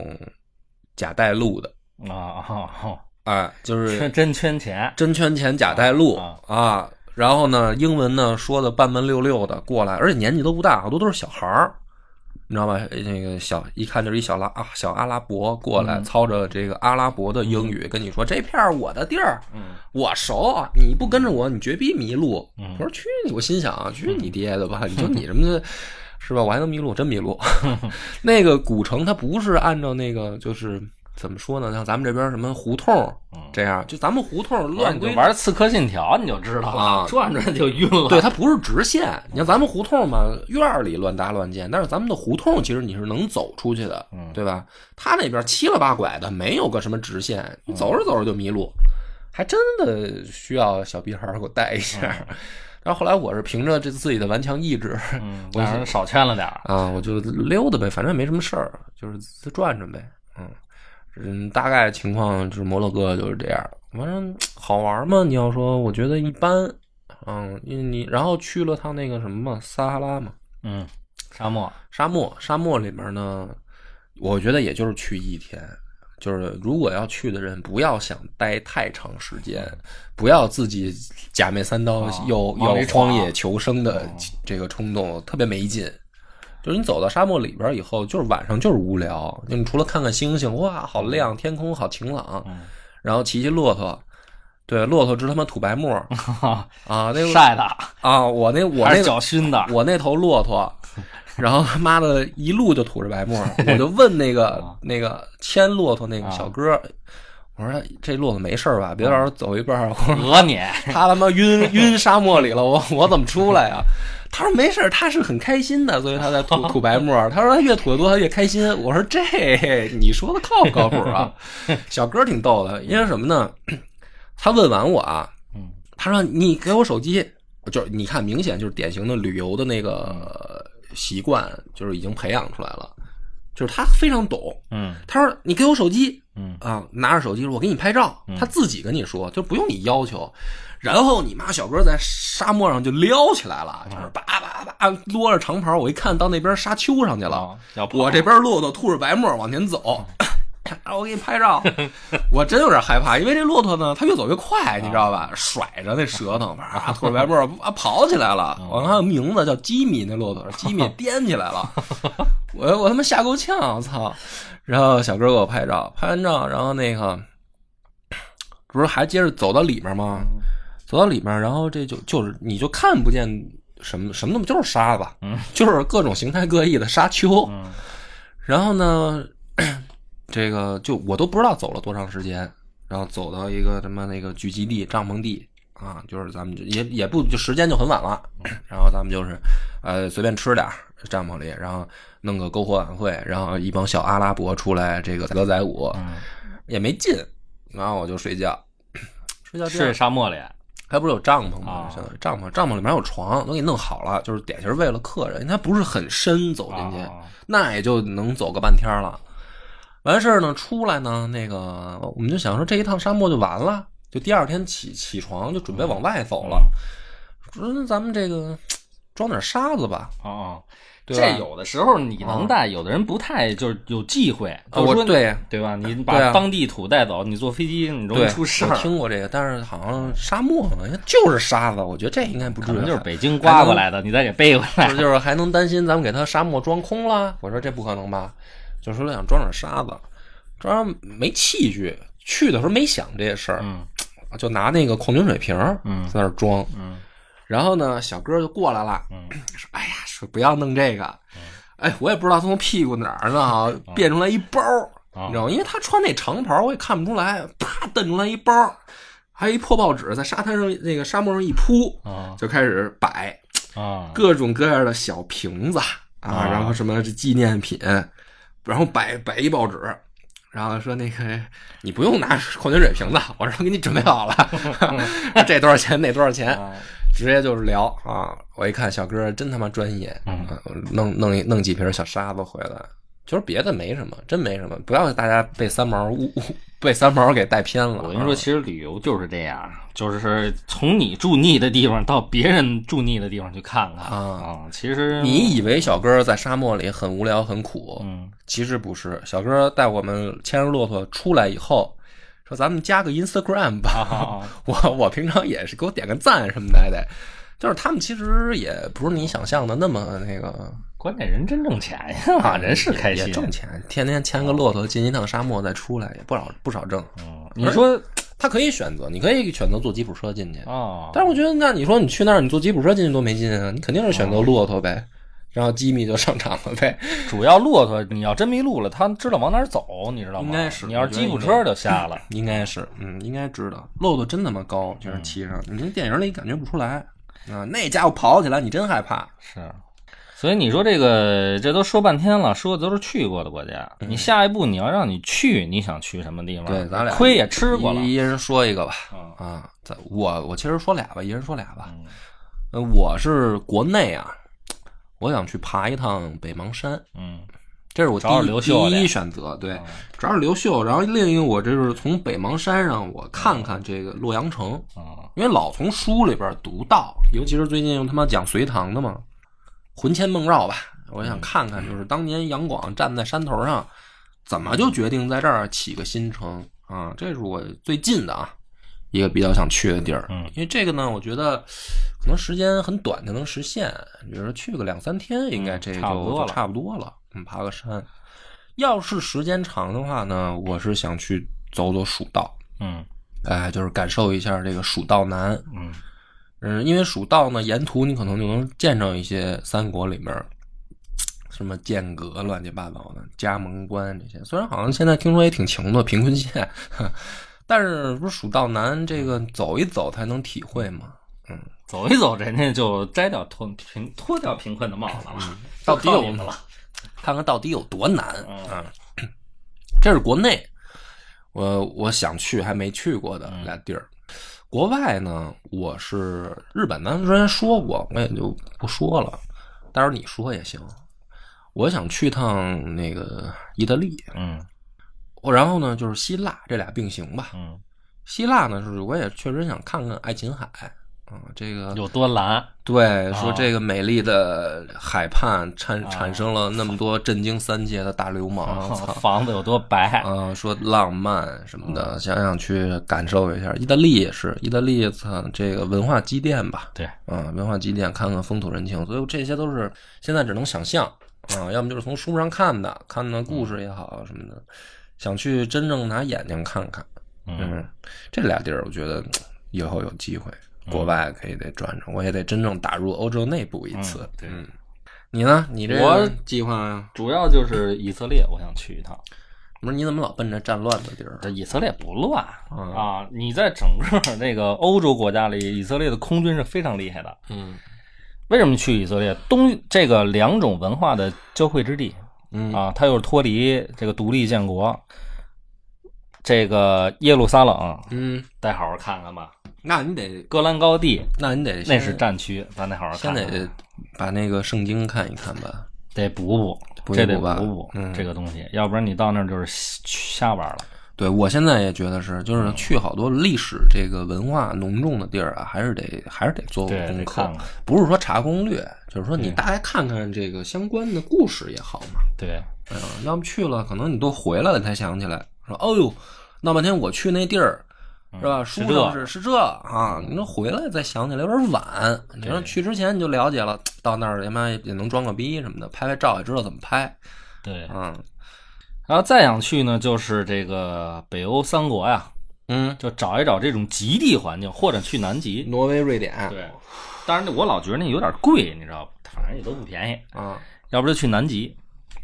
A: 假带路的，
B: 啊啊，
A: 哎，就是
B: 圈 真圈钱，
A: 真圈钱假带路
B: 啊
A: 啊。然后呢，英文呢说的半门溜溜的过来，而且年纪都不大，好多都是小孩儿，你知道吧？那个小一看就是一小拉啊小阿拉伯过
B: 嗯
A: 来，操着这个阿拉伯的英语跟你说：“这片儿我的地儿，
B: 嗯
A: 我熟，啊你不跟着我，你绝逼迷路。”
B: 嗯
A: 我说：“去你！”我心想：“啊去你爹的吧！你 就你什么的，是吧？我还能迷路？我真迷路。那个古城它不是按照那个就是怎么说呢？像咱们这边什么胡同
B: 嗯，
A: 这样，就咱们胡同乱
B: 你就
A: 归
B: 玩《刺客信条》，你就知道
A: 啊
B: 了，转转就晕了。
A: 对，它不是直线。你看咱们胡同嘛，院儿里乱搭乱建，但是咱们的胡同其实你是能走出去的，
B: 嗯
A: 对吧？他那边七了八拐的，没有个什么直线，你走着走着就迷路，还真的需要小逼孩儿给我带一下。然后后来我是凭着这自己的顽强意志
B: 嗯，让人少劝了点儿。
A: 啊，我就溜达呗，反正也没什么事儿，就是自转转呗，嗯。嗯，大概情况就是摩洛哥就是这样，反正好玩吗？你要说，我觉得一般，嗯，因为你然后去了趟那个什么嘛，撒哈拉嘛，
B: 嗯，沙漠，
A: 沙漠，沙漠里面呢，我觉得也就是去一天，就是如果要去的人，不要想待太长时间，不要自己假面三刀
B: 啊嗯
A: 又
B: 往
A: 又
B: 里
A: 荒
B: 闯
A: 野求生的这个冲动，特别没劲。就是你走到沙漠里边以后，就是晚上就是无聊，就你除了看看星星，哇，好亮，天空好晴朗，
B: 嗯，
A: 然后骑骑骆驼，对，骆驼直他妈吐白 沫啊，那个
B: 晒的，
A: 啊，我那我
B: 还
A: 那
B: 是
A: 个
B: 脚熏的。
A: 我那头骆驼，然后他妈的一路就吐着白沫儿，我就问那个
B: 啊
A: 那个牵骆驼那个小哥儿，我说这骆驼没事儿吧？别到时候走一半儿，我说
B: 讹你，
A: 他他妈晕晕沙漠里了，我我怎么出来啊？他说没事儿，他是很开心的，所以他在吐吐白沫儿。他说他越吐得多，他越开心。我说这你说的靠不靠谱啊？小哥儿挺逗的，因为什么呢？他问完我啊，
B: 嗯
A: 他说你给我手机，就是你看明显就是典型的旅游的那个习惯，就是已经培养出来了，就是他非常懂。
B: 嗯
A: 他说你给我手机，
B: 嗯
A: 啊，拿着手机说：“我给你拍照。”他自己跟你说，就不用你要求。然后你妈小哥在沙漠上就撩起来了，就是叭叭叭撸着长袍。我一看到那边沙丘上去了，
B: 啊，要
A: 我这边骆驼吐着白沫往前 走，啊，我给你拍 照。我真有点害怕，因为这骆驼呢，它越走越快，你知道吧？甩着那舌头，啪吐着 白沫啊跑起来了。我看有名字叫基米那骆驼，基米颠起来 了。我我他妈吓够呛，我操！然后小哥给我拍照，拍完照，然后那个不是还接着走到里面吗？走到里面，然后这就就是你就看不见什么什么东西，就是沙子，
B: 嗯
A: 就是各种形态各异的沙丘。
B: 嗯
A: 然后呢， 这个就我都不知道走了多长时间，然后走到一个什么那个聚集地、帐篷地啊，就是咱们就也也不就时间就很晚了， 然后咱们就是呃随便吃点儿帐篷里，然后弄个篝火晚会，然后一帮小阿拉伯出来这个载歌载舞，
B: 嗯，
A: 也没劲，然后我就睡觉， 睡觉第二
B: 睡沙漠里，
A: 它不是有帐篷吗
B: 啊？
A: 相当于帐篷，帐篷里面有床，都给你弄好了，就是典型为了客人，因为它不是很深，走进去、
B: 啊
A: 那也就能走个半天了。完事儿呢，出来呢，那个我们就想说这一趟沙漠就完了，就第二天起起床就准备往外走了。说那咱们这个装点沙子吧，
B: 哦哦，
A: 啊对吧
B: 这有的时候你能带，有的人不太，就是有忌讳。
A: 啊
B: 就是
A: 我
B: 说你
A: 对
B: 对吧？你
A: 对啊
B: 把当地土带走，你坐飞机你容易
A: 对，
B: 出事
A: 我
B: 儿。
A: 听过这个，但是好像沙漠好像就是沙子，我觉得这应该不至
B: 可
A: 于。
B: 能就是北京刮过来的，你再给背回
A: 啊就
B: 来。
A: 是就是还能担心咱们给他沙漠装空了？我说这不可能吧，就说想装点沙子，装没器具，去的时候没想这些事儿，
B: 嗯
A: 就拿那个矿泉水瓶儿
B: 嗯
A: 在那儿装。
B: 嗯
A: 然后呢，小哥就过来了，
B: 嗯
A: 说：“哎呀，说不要弄这个。”哎，我也不知道从屁股哪儿呢啊，变出来一包儿，
B: 啊
A: 你知道吗？因为他穿那长袍，我也看不出来，啪瞪出来一包儿，还有一破报纸在沙滩上那个沙漠上一铺，
B: 啊
A: 就开始摆。
B: 啊！
A: 各种各样的小瓶子啊，
B: 啊
A: 然后什么这纪念品，然后摆摆一报纸，然后说那个你不用拿矿泉水瓶子，我说给你准备好 了， 这多少钱那多少钱，
B: 啊
A: 直接就是聊啊。我一看小哥真他妈专业，
B: 嗯
A: 啊弄弄一弄几瓶小沙子回来，就是别的没什么，真没什么，不要大家被三毛误误被三毛给带偏了啊。
B: 我跟你说，其实旅游就是这样，就是从你住腻的地方到别人住腻的地方去看看
A: 啊
B: 啊。其实
A: 你以为小哥在沙漠里很无聊很苦，
B: 嗯
A: 其实不是，小哥带我们牵着骆驼出来以后，说咱们加个 Instagram 吧。
B: 啊啊啊
A: 我我平常也是给我点个赞什么的，还得。就是他们其实也不是你想象的那么那个
B: 关键人真挣钱呀，啊人是开
A: 啊
B: 心啊
A: 也挣钱，天天牵个骆驼进一趟沙漠再出来，也不少不少挣。
B: 嗯你说
A: 他可以选择，你可以选择坐吉普车进去，
B: 哦，
A: 但是我觉得，那你说你去那儿，你坐吉普车进去多没劲啊！你肯定是选择骆驼呗，然后吉米就上场了呗。
B: 主要骆驼，你要真迷路了，他知道往哪儿走，你知道吗？
A: 应该是
B: 你要
A: 我
B: 是
A: 觉得
B: 吉普
A: 应该
B: 车就瞎了。
A: 应该是，嗯，应该知道，骆驼真他妈高，
B: 嗯
A: 就是骑上，你从电影里感觉不出来啊。那家伙跑起来，你真害怕。
B: 是，所以你说这个，这都说半天了，说的都是去过的国家。你下一步你要让你去，你想去什么地方？
A: 嗯对，咱俩
B: 亏也吃过了。
A: 一一人说一个吧。
B: 嗯
A: 啊，咱我我其实说俩吧，一人说俩吧。呃，我是国内啊，我想去爬一趟北邙山，
B: 嗯，
A: 这是我第
B: 找
A: 一
B: 找刘秀啊
A: 第
B: 去
A: 一选择，
B: 嗯
A: 对，找找刘秀。然后另一个，我这就是从北邙山上我看看这个洛阳城，
B: 啊，
A: 因为老从书里边读到，尤其是最近他妈讲隋唐的嘛，魂牵梦绕吧。我
B: 嗯
A: 想看看，就是当年杨广站在山头上，怎么就决定在这儿起个新城啊？这是我最近的啊一个比较想去的地儿。
B: 嗯
A: 因为这个呢，我觉得可能时间很短就能实现，比如说去个两三天，应该
B: 嗯
A: 这就
B: 差不多
A: 就
B: 了
A: 差不多了。嗯，爬个山。要是时间长的话呢，我是想去走走蜀道，
B: 嗯
A: 哎，就是感受一下这个蜀道难。
B: 嗯
A: 嗯，因为蜀道呢，沿途你可能就能见着一些三国里面儿什么剑阁乱七八糟的、嘉盟关这些。虽然好像现在听说也挺穷的，贫困县， 呵但是不是蜀道难这个走一走才能体会嘛？
B: 走一走，人家就摘掉脱贫脱掉贫困的帽子了，
A: 嗯到底有
B: 不靠你们了。
A: 看看到底有多难
B: 嗯
A: 啊！这是国内，我我想去还没去过
B: 嗯
A: 的俩地儿。国外呢，我是日本，咱们之前说过，我也就不说了。待会儿你说也行。我想去趟那个意大利，
B: 嗯
A: 我然后呢就是希腊，这俩并行吧。
B: 嗯，
A: 希腊呢，是我也确实想看看爱琴海啊、这个
B: 嗯有多蓝？
A: 对，
B: 啊
A: 说这个美丽的海畔产
B: 啊
A: 产生了那么多震惊三界的大流 氓，嗯操
B: 房子有多白？
A: 啊，说浪漫什么
B: 嗯
A: 的，想想去感受一下。意大利也是，意大利操这个文化积淀吧，
B: 对，
A: 啊，文化积淀，看看风土人情，所以这些都是现在只能想象啊，要么就是从书上看的，看的故事也好什么的，想去真正拿眼睛看看。
B: 嗯
A: 嗯，这俩地儿我觉得嘖以后有机会，
B: 嗯
A: 国外可以得转转，我也得真正打入欧洲内部一次
B: 嗯。对
A: 嗯，你呢？你这
B: 我
A: 计划呀？
B: 主要就是以色列，我想去一趟。
A: 不是你怎么老奔着战乱的地儿？啊
B: 这以色列不乱
A: 嗯
B: 啊！你在整个这个欧洲国家里，以色列的空军是非常厉害的。
A: 嗯
B: 为什么去以色列？东这个两种文化的交汇之地
A: 嗯
B: 啊，它又是脱离这个独立建国。这个耶路撒冷，
A: 嗯，
B: 再好好看看吧。
A: 那你得，
B: 戈兰高地
A: 那你得
B: 那
A: 先
B: 是战区，咱得好好
A: 先
B: 看看。啊
A: 得把那个圣经看一看吧。
B: 得补
A: 补
B: 补，
A: 一
B: 这得
A: 补吧
B: 补补
A: 嗯
B: 这个东西，要不然你到那儿就是瞎瞎玩了。
A: 对，我现在也觉得是，
B: 嗯
A: 就是去好多历史这个文化浓重的地儿啊，还是得还是得做做
B: 对
A: 功
B: 得
A: 课，
B: 看看嗯
A: 不是说查攻略，就是说你
B: 对
A: 大概看看这个相关的故事也好嘛。
B: 对，
A: 哎呀，要么去了，可能你都回来了才想起来，说哦呦，闹半天我去那地儿。是吧？书
B: 嗯是这
A: 上是是这啊，你说回来再想起来有点晚。你说去之前你就了解了，到那儿他妈也能装个逼什么的，拍拍照也知道怎么拍。
B: 对，
A: 嗯
B: 然后再想去呢，就是这个北欧三国呀，
A: 嗯，
B: 就找一找这种极地环境，或者去南极。
A: 挪威、瑞典，
B: 对，当然那我老觉得那有点贵，你知道吧？反正也都不便宜，
A: 啊，
B: 要不就去南极。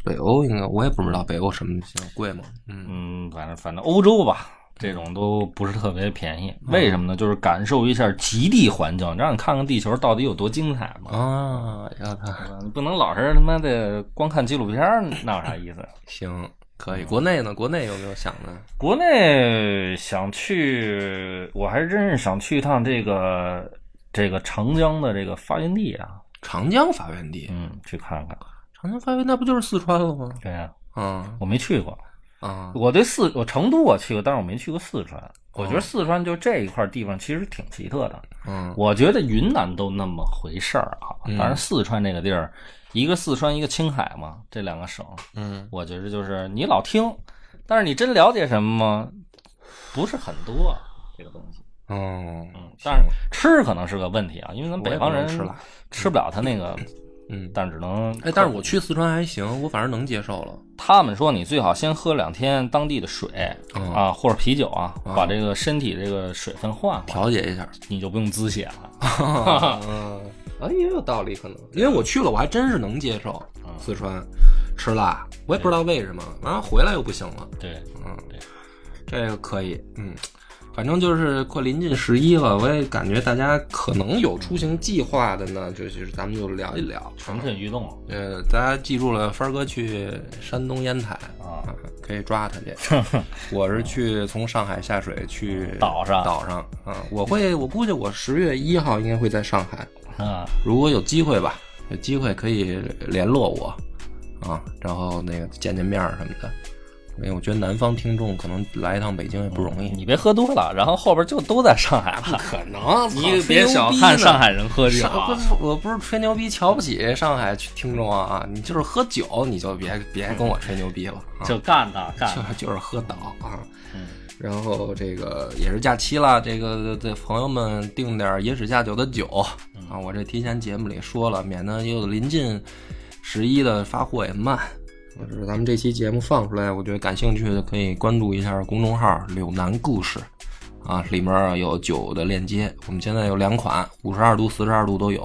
A: 北欧应该我也不知道北欧什么行贵吗？嗯
B: 嗯，反正反正欧洲吧，这种都不是特别便宜。为什么呢？就是感受一下极地环境，让你看看地球到底有多精彩嘛。
A: 啊，要看
B: 对吧你不能老是他妈的光看纪录片儿，那有啥意思？
A: 行可以。国内呢？国内有没有想的？
B: 国内想去，我还真是想去一趟这个这个长江的这个发源地啊，
A: 长江发源地，
B: 嗯，去看看。
A: 长江发源那不就是四川了吗？
B: 对呀、
A: 啊
B: 我没去过，
A: 啊，
B: 我对四我成都我去过，但是我没去过四川。我觉
A: 哦
B: 得四川就这一块地方其实挺奇特的。
A: 嗯
B: 我觉得云南都那么回事儿啊，当然四川这个地儿，一个四川，一个青海嘛，这两个省，
A: 嗯
B: 我觉得就是你老听，但是你真了解什么吗？不是很多这个东西。
A: 哦，
B: 嗯，但是吃可能是个问题啊，因为咱
A: 我也
B: 北方
A: 不能
B: 人
A: 吃辣
B: 吃不了他那个
A: 嗯，
B: 但只能
A: 哎，但是我去四川还行，我反正能接受了。
B: 他们说你最好先喝两天当地的水、
A: 嗯
B: 啊，或者啤酒啊，
A: 啊
B: 把这个身体这个水分换换，
A: 调节一下，
B: 你就不用滋血了。
A: 嗯，啊，也有道理，可能啊因为我去了，我还真是能接受
B: 嗯
A: 四川吃辣，我也不知道为什么，然后回来又不行了。
B: 对，
A: 嗯
B: 对，
A: 这个可以，嗯，反正就是快临近十一了，我也感觉大家可能有出行计划的呢，就就是咱们就聊一聊。
B: 蠢蠢欲动
A: 呃，大家记住了，帆儿哥去山东烟台
B: 啊，
A: 啊，可以抓他去。我是去从上海下水去
B: 岛上
A: 岛上啊，我会，我估计我十月一号应该会在上海，
B: 啊，
A: 如果有机会吧，有机会可以联络我啊，然后那个见见面儿什么的。因为我觉得南方听众可能来一趟北京也不容易，
B: 你别喝多了，然后后边就都在上海了。
A: 可能
B: 你别小看上。海人喝酒
A: 上不
B: 啊，
A: 是，我不是吹牛逼，瞧不起上海听众啊！你就是喝酒，你就别别跟我吹牛逼了啊！
B: 就干他 干
A: 就
B: 他。
A: 就是喝倒啊。
B: 嗯
A: 然后这个也是假期了，这个这朋友们订点野史下酒的酒啊，我这提前节目里说了，免得又临近十一的发货也慢。我知道咱们这期节目放出来，我觉得感兴趣的可以关注一下公众号“柳南故事”，啊，里面有酒的链接。我们现在有两款，五十二度、四十二度都有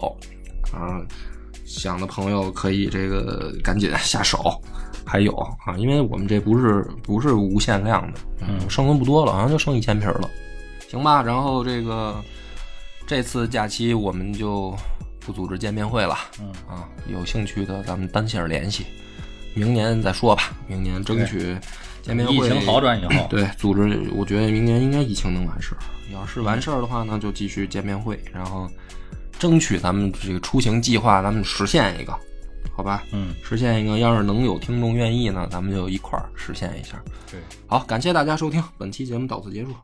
A: 啊。想的朋友可以这个赶紧下手。还有啊，因为我们这不是不是无限量的，嗯，剩的不多了，好像就剩一千瓶了，行吧？然后这个这次假期我们就不组织见面会了，
B: 嗯
A: 啊，有兴趣的咱们单线联系，明年再说吧，明年争取见面会
B: 疫情好转以后，
A: 对，组织我觉得明年应该疫情能完事儿。要是完事儿的话呢，就继续见面会，然后争取咱们这个出行计划，咱们实现一个，好吧？
B: 嗯，
A: 实现一个，要是能有听众愿意呢，咱们就一块儿实现一下。
B: 对。
A: 好，感谢大家收听本期节目，到此结束。